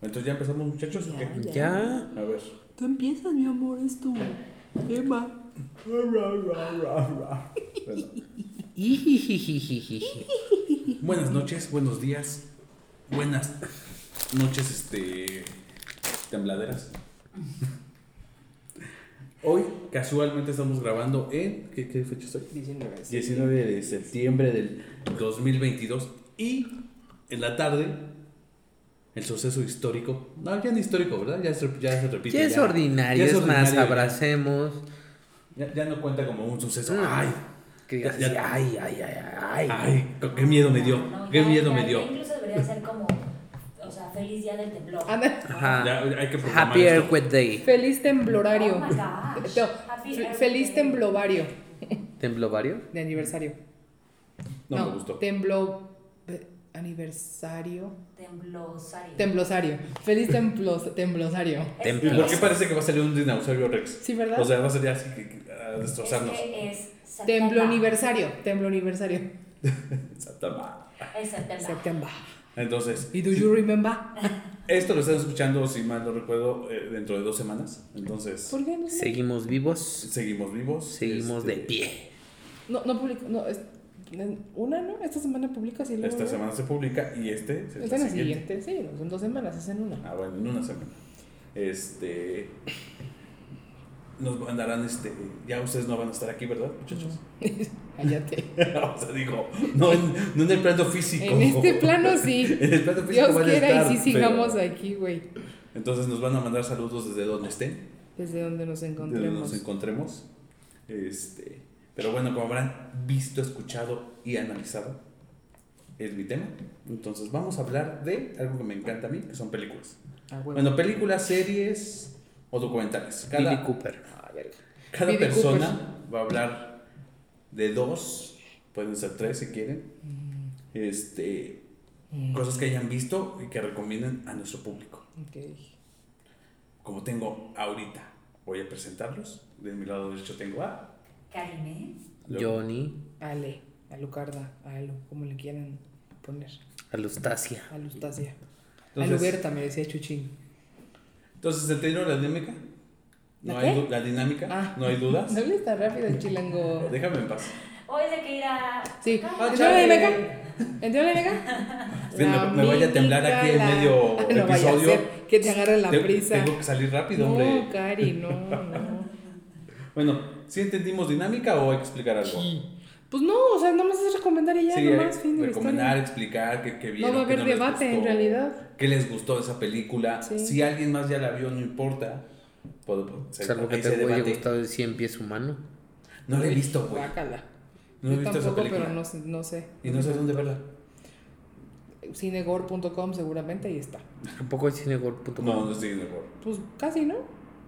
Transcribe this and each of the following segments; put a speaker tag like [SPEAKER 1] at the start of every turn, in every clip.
[SPEAKER 1] Entonces ya empezamos, muchachos. o qué?
[SPEAKER 2] Ya.
[SPEAKER 3] Ya.
[SPEAKER 1] A ver.
[SPEAKER 2] Tú empiezas, mi amor, es tu tema.
[SPEAKER 1] Bueno.
[SPEAKER 3] Ijijijijiji.
[SPEAKER 1] Buenas noches, buenos días, buenas noches, este tembladeras. Hoy casualmente estamos grabando en ¿qué, qué fecha soy?
[SPEAKER 3] 19.
[SPEAKER 1] 19 de septiembre del 2022 y en la tarde el suceso histórico, no ya no histórico, ¿verdad? Ya se, ya se repite.
[SPEAKER 3] Ya es ordinario,
[SPEAKER 1] ya
[SPEAKER 3] es más,
[SPEAKER 1] ordinario,
[SPEAKER 3] abracemos.
[SPEAKER 1] Ya, ya no cuenta como un suceso.
[SPEAKER 3] No.
[SPEAKER 1] Ay,
[SPEAKER 3] Que digas
[SPEAKER 1] Ya-
[SPEAKER 3] así,
[SPEAKER 1] ya-
[SPEAKER 3] ay, ay, ay, ay, ay.
[SPEAKER 1] ay, qué miedo me dio,
[SPEAKER 4] No,
[SPEAKER 1] qué
[SPEAKER 4] ya-
[SPEAKER 1] miedo
[SPEAKER 4] ya-
[SPEAKER 1] me
[SPEAKER 4] ya
[SPEAKER 1] dio.
[SPEAKER 4] Incluso debería ser como, o sea, feliz día del temblor.
[SPEAKER 2] Anda.
[SPEAKER 3] Ajá.
[SPEAKER 1] Ya, hay que programar
[SPEAKER 3] Happy
[SPEAKER 1] esto.
[SPEAKER 3] Earthquake Day.
[SPEAKER 2] Feliz
[SPEAKER 4] Oh
[SPEAKER 2] temblorario.
[SPEAKER 4] my gosh.
[SPEAKER 2] No,
[SPEAKER 4] Happy
[SPEAKER 2] fe-
[SPEAKER 4] Earth
[SPEAKER 2] feliz
[SPEAKER 4] Day.
[SPEAKER 2] temblovario
[SPEAKER 3] ¿Temblovario?
[SPEAKER 2] de aniversario.
[SPEAKER 1] No, me gustó.
[SPEAKER 2] Temblo. eh, Aniversario.
[SPEAKER 4] Temblosario.
[SPEAKER 2] Temblosario. Feliz templos, temblosario.
[SPEAKER 4] Es
[SPEAKER 3] Templo.
[SPEAKER 1] ¿Y
[SPEAKER 4] que-
[SPEAKER 1] por qué parece que va a salir un dinosaurio Rex?
[SPEAKER 2] Sí, ¿verdad?
[SPEAKER 1] O sea, va a salir así que- que- a
[SPEAKER 4] es
[SPEAKER 1] destrozarnos.
[SPEAKER 4] que es septiembre.
[SPEAKER 2] Tembloniversario. Tembloniversario.
[SPEAKER 4] eh,
[SPEAKER 1] Santa ma-
[SPEAKER 4] Es septiembre.
[SPEAKER 2] Septiembre.
[SPEAKER 1] Entonces,
[SPEAKER 2] ¿Y do you remember?
[SPEAKER 1] esto lo están escuchando, si mal no recuerdo, eh, dentro de dos semanas. Entonces,
[SPEAKER 2] ¿Por qué no? sé?
[SPEAKER 3] Seguimos vivos,
[SPEAKER 1] seguimos vivos.
[SPEAKER 3] seguimos
[SPEAKER 1] Este,
[SPEAKER 3] de pie.
[SPEAKER 2] No, no publico. No, es- una, ¿no? Esta semana publicas y luego.
[SPEAKER 1] Esta semana se publica y este se
[SPEAKER 2] Esta es la siguiente. Sí, no, son dos semanas, hacen una.
[SPEAKER 1] Ah, bueno, en una semana. Este. Nos mandarán este. Ya ustedes no van a estar aquí, ¿verdad, muchachos?
[SPEAKER 2] Cállate.
[SPEAKER 1] o sea, digo, no en, no en el plano físico.
[SPEAKER 2] En este plano sí.
[SPEAKER 1] En el plano físico
[SPEAKER 2] Dios
[SPEAKER 1] van a
[SPEAKER 2] quiera
[SPEAKER 1] estar,
[SPEAKER 2] y sí
[SPEAKER 1] pero-
[SPEAKER 2] sigamos aquí, güey.
[SPEAKER 1] Entonces nos van a mandar saludos desde donde estén,
[SPEAKER 2] Desde donde nos
[SPEAKER 1] desde donde
[SPEAKER 2] encontremos.
[SPEAKER 1] nos encontremos. Este, pero bueno, como habrán visto, escuchado y analizado, es mi tema. Entonces vamos a hablar de algo que me encanta a mí, que son películas.
[SPEAKER 2] Ah, güey.
[SPEAKER 1] Bueno, películas, series o documentales.
[SPEAKER 3] Billy
[SPEAKER 1] Cada,
[SPEAKER 3] Cooper.
[SPEAKER 2] Ah, verga.
[SPEAKER 1] cada
[SPEAKER 2] Billy
[SPEAKER 1] persona va a hablar de dos, pueden ser tres si quieren.
[SPEAKER 2] Mm,
[SPEAKER 1] Este, cosas que hayan visto y que recomienden a nuestro público.
[SPEAKER 2] Ok.
[SPEAKER 1] como tengo ahorita, voy a presentarlos. De mi lado derecho tengo a
[SPEAKER 4] Karime.
[SPEAKER 3] Johnny,
[SPEAKER 2] Ale, Alucarda, Alu, como le quieran poner.
[SPEAKER 3] Alustasia.
[SPEAKER 2] Alustasia.
[SPEAKER 1] Entonces,
[SPEAKER 2] Aluberta, me decía Chuchín.
[SPEAKER 1] entonces ¿se entendieron la dinámica? No
[SPEAKER 2] ¿La
[SPEAKER 1] hay
[SPEAKER 2] qué?
[SPEAKER 1] du- la dinámica,
[SPEAKER 2] Ah.
[SPEAKER 1] no hay dudas.
[SPEAKER 2] No hables tan rápido, chilango.
[SPEAKER 1] Déjame en paz.
[SPEAKER 4] Hoy es de que ir a.
[SPEAKER 2] Sí.
[SPEAKER 1] Ah,
[SPEAKER 2] ¿Entró la
[SPEAKER 1] chale.
[SPEAKER 2] Ibeca? ¿Entró la Ibeca?
[SPEAKER 1] Sí,
[SPEAKER 2] La
[SPEAKER 1] me- me vaya a temblar aquí en
[SPEAKER 2] mítica,
[SPEAKER 1] medio
[SPEAKER 2] la- No vaya a
[SPEAKER 1] episodio.
[SPEAKER 2] ser que te agarre la
[SPEAKER 1] Te-
[SPEAKER 2] prisa.
[SPEAKER 1] Tengo que salir rápido,
[SPEAKER 2] No,
[SPEAKER 1] hombre.
[SPEAKER 2] Cari, no, no.
[SPEAKER 1] Bueno, ¿sí entendimos dinámica o hay que explicar algo?
[SPEAKER 2] Pues no, o sea, nada más es recomendar y ya,
[SPEAKER 1] Sí,
[SPEAKER 2] nomás,
[SPEAKER 1] hay-
[SPEAKER 2] fin de la
[SPEAKER 1] recomendar,
[SPEAKER 2] historia.
[SPEAKER 1] explicar que, que
[SPEAKER 2] No
[SPEAKER 1] vieron,
[SPEAKER 2] va a
[SPEAKER 1] qué
[SPEAKER 2] haber
[SPEAKER 1] les
[SPEAKER 2] debate, en
[SPEAKER 1] gustó,
[SPEAKER 2] realidad.
[SPEAKER 1] qué les gustó de esa película.
[SPEAKER 2] Sí.
[SPEAKER 1] Si alguien más ya la vio, no importa. Puedo- puedo- se-
[SPEAKER 3] Salvo que
[SPEAKER 1] ahí se
[SPEAKER 3] te haya
[SPEAKER 1] debate.
[SPEAKER 3] gustado el 100 pies humano.
[SPEAKER 1] No la he visto, güey.
[SPEAKER 2] Guácala.
[SPEAKER 1] No he
[SPEAKER 2] Yo
[SPEAKER 1] visto esa
[SPEAKER 2] tampoco,
[SPEAKER 1] película.
[SPEAKER 2] pero no, sé- no sé.
[SPEAKER 1] Y no sé dónde verla.
[SPEAKER 2] Cinegor.com seguramente ahí está.
[SPEAKER 3] Tampoco es cinegor.com.
[SPEAKER 1] No, no estoy de acuerdo.
[SPEAKER 2] Pues casi, ¿no?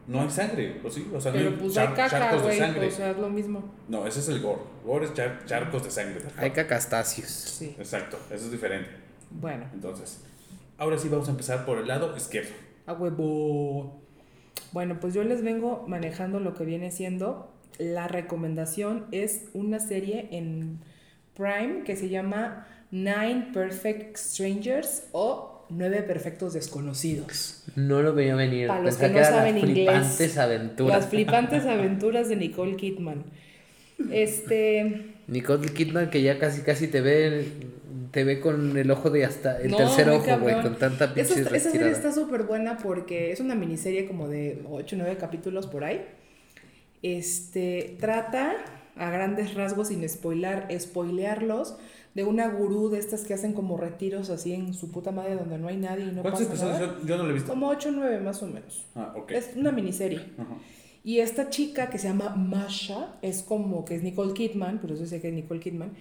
[SPEAKER 1] No hay sangre, ¿o sí? O sea, no
[SPEAKER 2] Pero
[SPEAKER 1] hay
[SPEAKER 2] pues
[SPEAKER 1] char-
[SPEAKER 2] hay caca,
[SPEAKER 1] charcos de
[SPEAKER 2] güey. pues,
[SPEAKER 1] sangre.
[SPEAKER 2] O sea, es lo mismo.
[SPEAKER 1] No, ese es el gore. Gore es char- charcos de sangre. tal cual.
[SPEAKER 3] Hay cacastacios.
[SPEAKER 2] Sí.
[SPEAKER 1] Exacto, eso es diferente.
[SPEAKER 2] Bueno,
[SPEAKER 1] Entonces, ahora sí vamos a empezar por el lado izquierdo.
[SPEAKER 2] a huevo. Bueno, pues yo les vengo manejando lo que viene siendo. La recomendación es una serie en Prime que se llama Nine Perfect Strangers o Nueve Perfectos Desconocidos.
[SPEAKER 3] No lo veía venir.
[SPEAKER 2] Para los
[SPEAKER 3] Pensaba
[SPEAKER 2] que no
[SPEAKER 3] eran
[SPEAKER 2] saben
[SPEAKER 3] las
[SPEAKER 2] inglés.
[SPEAKER 3] flipantes
[SPEAKER 2] Las
[SPEAKER 3] aventuras.
[SPEAKER 2] flipantes aventuras de Nicole Kidman. Este.
[SPEAKER 3] Nicole Kidman que ya casi casi te ve te ve con el ojo de hasta el
[SPEAKER 2] no,
[SPEAKER 3] tercer
[SPEAKER 2] muy
[SPEAKER 3] ojo, güey,
[SPEAKER 2] cabrón.
[SPEAKER 3] con tanta
[SPEAKER 2] Eso
[SPEAKER 3] pinche
[SPEAKER 2] está- Esa serie
[SPEAKER 3] retirada.
[SPEAKER 2] está súper buena porque es una miniserie como de 8 o 9 capítulos por ahí. Este, trata a grandes rasgos, sin spoilar, spoilearlos, de una gurú de estas que hacen como retiros así en su puta madre donde no hay nadie y no
[SPEAKER 1] ¿Cuántos
[SPEAKER 2] pasa
[SPEAKER 1] episodios?
[SPEAKER 2] nada.
[SPEAKER 1] Yo, yo no lo he visto.
[SPEAKER 2] Como 8 o 9 más o menos.
[SPEAKER 1] Ah, ok.
[SPEAKER 2] Es una miniserie.
[SPEAKER 1] Ajá.
[SPEAKER 2] Y esta chica que se llama Masha, es como que es Nicole Kidman, por eso sé que es Nicole Kidman,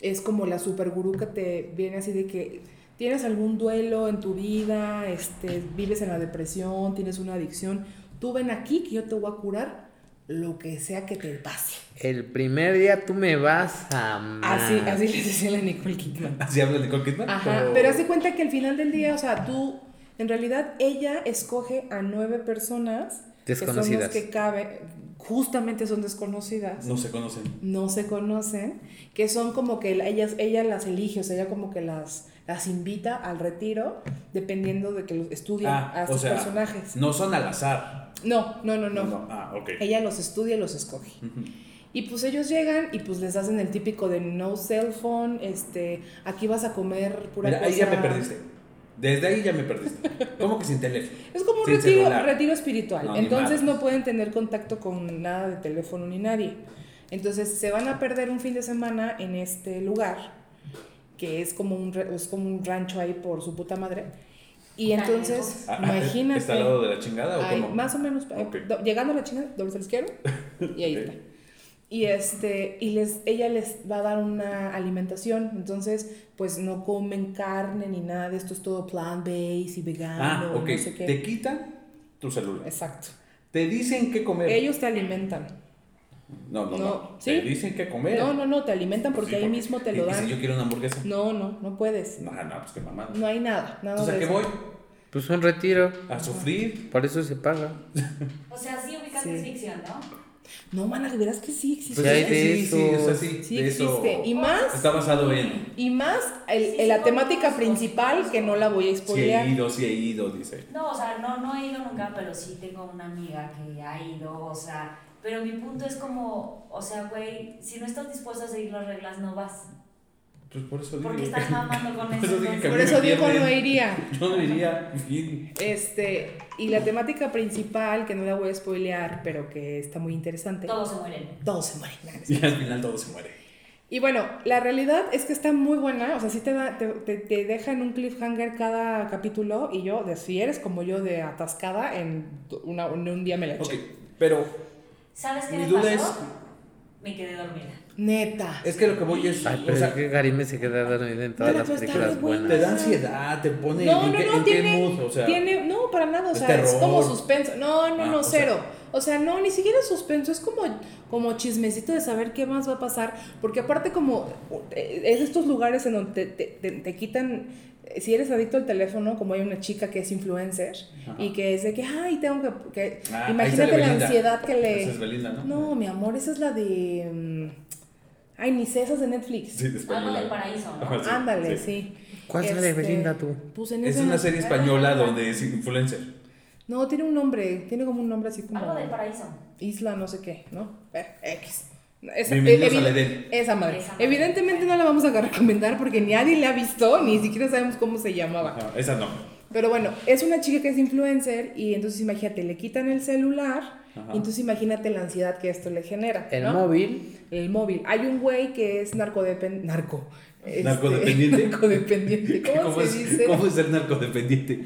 [SPEAKER 2] es como la super gurú que te viene así de que tienes algún duelo en tu vida, este, vives en la depresión, tienes una adicción, tú ven aquí que yo te voy a curar lo que sea que te pase.
[SPEAKER 3] El primer día tú me vas a amar.
[SPEAKER 2] Así, así les decía la Nicole Kidman.
[SPEAKER 1] ¿Así habla Nicole Kidman?
[SPEAKER 2] Ajá, pero hace cuenta que al final del día, o sea, tú, en realidad, ella escoge a nueve personas que son
[SPEAKER 3] Desconocidas.
[SPEAKER 2] las que cabe, justamente son desconocidas,
[SPEAKER 1] No se conocen.
[SPEAKER 2] no se conocen, que son como que la- ellas, ella las elige, o sea, ella como que las las invita al retiro, dependiendo de que los estudien
[SPEAKER 1] Ah,
[SPEAKER 2] a
[SPEAKER 1] o
[SPEAKER 2] estos
[SPEAKER 1] sea,
[SPEAKER 2] personajes.
[SPEAKER 1] No son al azar.
[SPEAKER 2] No, no, no, no.
[SPEAKER 1] Ah, ok.
[SPEAKER 2] Ella los estudia y los escoge.
[SPEAKER 1] Ujú.
[SPEAKER 2] Y pues ellos llegan y pues les hacen el típico de no cell phone, este, aquí vas a comer pura
[SPEAKER 1] Mira, ahí
[SPEAKER 2] cosa.
[SPEAKER 1] ya me perdiste. Desde ahí ya me perdiste. ¿Cómo que sin teléfono?
[SPEAKER 2] Es como un
[SPEAKER 1] Sin
[SPEAKER 2] retiro,
[SPEAKER 1] celular.
[SPEAKER 2] retiro espiritual.
[SPEAKER 1] No, ni
[SPEAKER 2] Entonces
[SPEAKER 1] madres.
[SPEAKER 2] no pueden tener contacto con nada de teléfono ni nadie. Entonces se van a perder un fin de semana en este lugar, que es como un, re- es como un rancho ahí por su puta madre. Y
[SPEAKER 4] Tan
[SPEAKER 2] entonces,
[SPEAKER 1] Ah,
[SPEAKER 2] imagínate.
[SPEAKER 1] ¿Está al lado de la chingada o
[SPEAKER 2] Ay,
[SPEAKER 1] cómo?
[SPEAKER 2] más o menos, eh,
[SPEAKER 1] Ok.
[SPEAKER 2] do- llegando a la China, doble a la izquierda, y ahí
[SPEAKER 1] Ok.
[SPEAKER 2] está. Y, este, y les, ella les va a dar una alimentación, entonces pues no comen carne ni nada de esto, es todo plant-based y vegano,
[SPEAKER 1] Ah, ok.
[SPEAKER 2] no sé qué.
[SPEAKER 1] Te quitan tu celular.
[SPEAKER 2] Exacto.
[SPEAKER 1] Te dicen qué comer.
[SPEAKER 2] Ellos te alimentan.
[SPEAKER 1] No, no, no.
[SPEAKER 2] No,
[SPEAKER 1] Te
[SPEAKER 2] ¿sí?
[SPEAKER 1] dicen qué comer.
[SPEAKER 2] No, no, no, te alimentan
[SPEAKER 1] Pues
[SPEAKER 2] porque
[SPEAKER 1] sí,
[SPEAKER 2] ahí mismo te
[SPEAKER 1] y
[SPEAKER 2] lo
[SPEAKER 1] dice,
[SPEAKER 2] dan.
[SPEAKER 1] yo quiero una hamburguesa.
[SPEAKER 2] No, no, no puedes.
[SPEAKER 1] No, no, pues qué mamá.
[SPEAKER 2] No hay nada, nada
[SPEAKER 1] Entonces, ¿a
[SPEAKER 2] de
[SPEAKER 1] qué
[SPEAKER 2] eso.
[SPEAKER 1] voy?
[SPEAKER 3] Pues un retiro.
[SPEAKER 1] A sufrir.
[SPEAKER 3] Por eso se paga.
[SPEAKER 4] O sea, sí ubicas
[SPEAKER 2] Sí.
[SPEAKER 4] que es ficción, ¿no?
[SPEAKER 2] No, mana, de veras que sí
[SPEAKER 1] Pues
[SPEAKER 2] existe.
[SPEAKER 3] Sí hay
[SPEAKER 1] es que
[SPEAKER 3] de
[SPEAKER 1] sí, sí, o sea,
[SPEAKER 3] esos.
[SPEAKER 1] sí,
[SPEAKER 2] Sí
[SPEAKER 1] de eso
[SPEAKER 2] existe. Y más,
[SPEAKER 1] Está basado en
[SPEAKER 2] y más el-
[SPEAKER 4] Sí, sí,
[SPEAKER 2] la
[SPEAKER 4] no,
[SPEAKER 2] temática
[SPEAKER 4] no, no,
[SPEAKER 2] principal que no la voy a
[SPEAKER 1] si he
[SPEAKER 2] spoilear.
[SPEAKER 1] ido, si he ido, dice.
[SPEAKER 4] No, o sea, no, no he ido nunca, pero sí tengo una amiga que ha ido, o sea, pero mi punto es como, o sea, güey, si no estás dispuesto a seguir las reglas, no vas.
[SPEAKER 1] Pues por eso digo.
[SPEAKER 4] Porque estás mamando con
[SPEAKER 1] Por eso
[SPEAKER 4] eso.
[SPEAKER 1] dije que a
[SPEAKER 4] entonces-
[SPEAKER 2] Por
[SPEAKER 1] mí me
[SPEAKER 2] eso Diego
[SPEAKER 1] pierden.
[SPEAKER 2] no iría.
[SPEAKER 1] Yo no diría, en fin.
[SPEAKER 2] Este, y la temática principal, que no la voy a spoilear, pero que está muy interesante.
[SPEAKER 4] Todos se mueren.
[SPEAKER 2] Todos se mueren. nada, no es
[SPEAKER 1] Y al final todo se muere.
[SPEAKER 2] Y bueno, la realidad es que está muy buena, o sea, sí te, da, te, te- te deja en un cliffhanger cada capítulo y yo, de si eres como yo de atascada, en, do- una, en un día me la
[SPEAKER 1] Ok,
[SPEAKER 2] eché.
[SPEAKER 1] pero
[SPEAKER 4] ¿Sabes qué
[SPEAKER 1] Mi
[SPEAKER 4] me
[SPEAKER 1] duda
[SPEAKER 4] pasó? Me quedé dormida.
[SPEAKER 2] Neta.
[SPEAKER 1] es que lo que voy es.
[SPEAKER 3] Ay,
[SPEAKER 1] o
[SPEAKER 3] pero
[SPEAKER 1] sea,
[SPEAKER 3] es que Garime se queda dormido en todas
[SPEAKER 2] Pero
[SPEAKER 3] las
[SPEAKER 2] tú estás
[SPEAKER 3] películas
[SPEAKER 2] muy buena.
[SPEAKER 1] te
[SPEAKER 3] buenas.
[SPEAKER 1] da ansiedad, te pone.
[SPEAKER 2] No,
[SPEAKER 1] ¿en
[SPEAKER 2] no,
[SPEAKER 1] qué,
[SPEAKER 2] no,
[SPEAKER 1] en qué
[SPEAKER 2] tiene,
[SPEAKER 1] mood? O sea,
[SPEAKER 2] tiene, no, para nada, o
[SPEAKER 1] es
[SPEAKER 2] sea, es como
[SPEAKER 1] terror.
[SPEAKER 2] suspenso, no, no,
[SPEAKER 1] Ah,
[SPEAKER 2] no,
[SPEAKER 1] o sea-
[SPEAKER 2] cero, o sea, no, ni siquiera es suspenso, es como, como chismecito de saber qué más va a pasar, porque aparte como, eh, es estos lugares en donde te, te- te- te quitan, eh, si eres adicto al teléfono, como hay una chica que es influencer,
[SPEAKER 1] Ajá.
[SPEAKER 2] y que es de que, ay, tengo que, que-
[SPEAKER 1] Ah, ahí
[SPEAKER 2] imagínate
[SPEAKER 1] sale
[SPEAKER 2] la
[SPEAKER 1] Belinda.
[SPEAKER 2] ansiedad que le,
[SPEAKER 1] Esa es Belinda, ¿no?
[SPEAKER 2] no, mi amor, esa es la de, mm, ay, ni sé, esas de Netflix,
[SPEAKER 1] Sí, después
[SPEAKER 4] Algo
[SPEAKER 1] me la-
[SPEAKER 4] del paraíso, ¿no?
[SPEAKER 1] Ajá, sí,
[SPEAKER 2] Ah, ándale, sí,
[SPEAKER 1] sí.
[SPEAKER 3] ¿Cuál sale
[SPEAKER 2] Este,
[SPEAKER 3] Belinda tú?
[SPEAKER 2] pues en
[SPEAKER 1] Es
[SPEAKER 2] esa-
[SPEAKER 1] una serie española donde es influencer.
[SPEAKER 2] No, tiene un nombre, tiene como un nombre así como
[SPEAKER 4] Algo del paraíso.
[SPEAKER 2] Isla, no sé qué, ¿no? Eh, X. Esa,
[SPEAKER 1] Bienvenidos
[SPEAKER 2] evi-
[SPEAKER 1] al Edén.
[SPEAKER 2] esa madre.
[SPEAKER 4] Esa madre.
[SPEAKER 2] Evidentemente no la vamos a recomendar porque ni nadie la ha visto, ni siquiera sabemos cómo se llamaba.
[SPEAKER 1] Ajá, esa no.
[SPEAKER 2] Pero bueno, es una chica que es influencer y entonces imagínate, le quitan el celular
[SPEAKER 1] Ajá.
[SPEAKER 2] y entonces imagínate la ansiedad que esto le genera.
[SPEAKER 3] El
[SPEAKER 2] ¿no?
[SPEAKER 3] móvil.
[SPEAKER 2] El móvil. Hay un güey que es narcodependiente. Narco. Este,
[SPEAKER 1] ¿Narcodependiente?
[SPEAKER 2] Narcodependiente. ¿Cómo, se
[SPEAKER 1] es,
[SPEAKER 2] dice?
[SPEAKER 1] ¿Cómo es ser narcodependiente?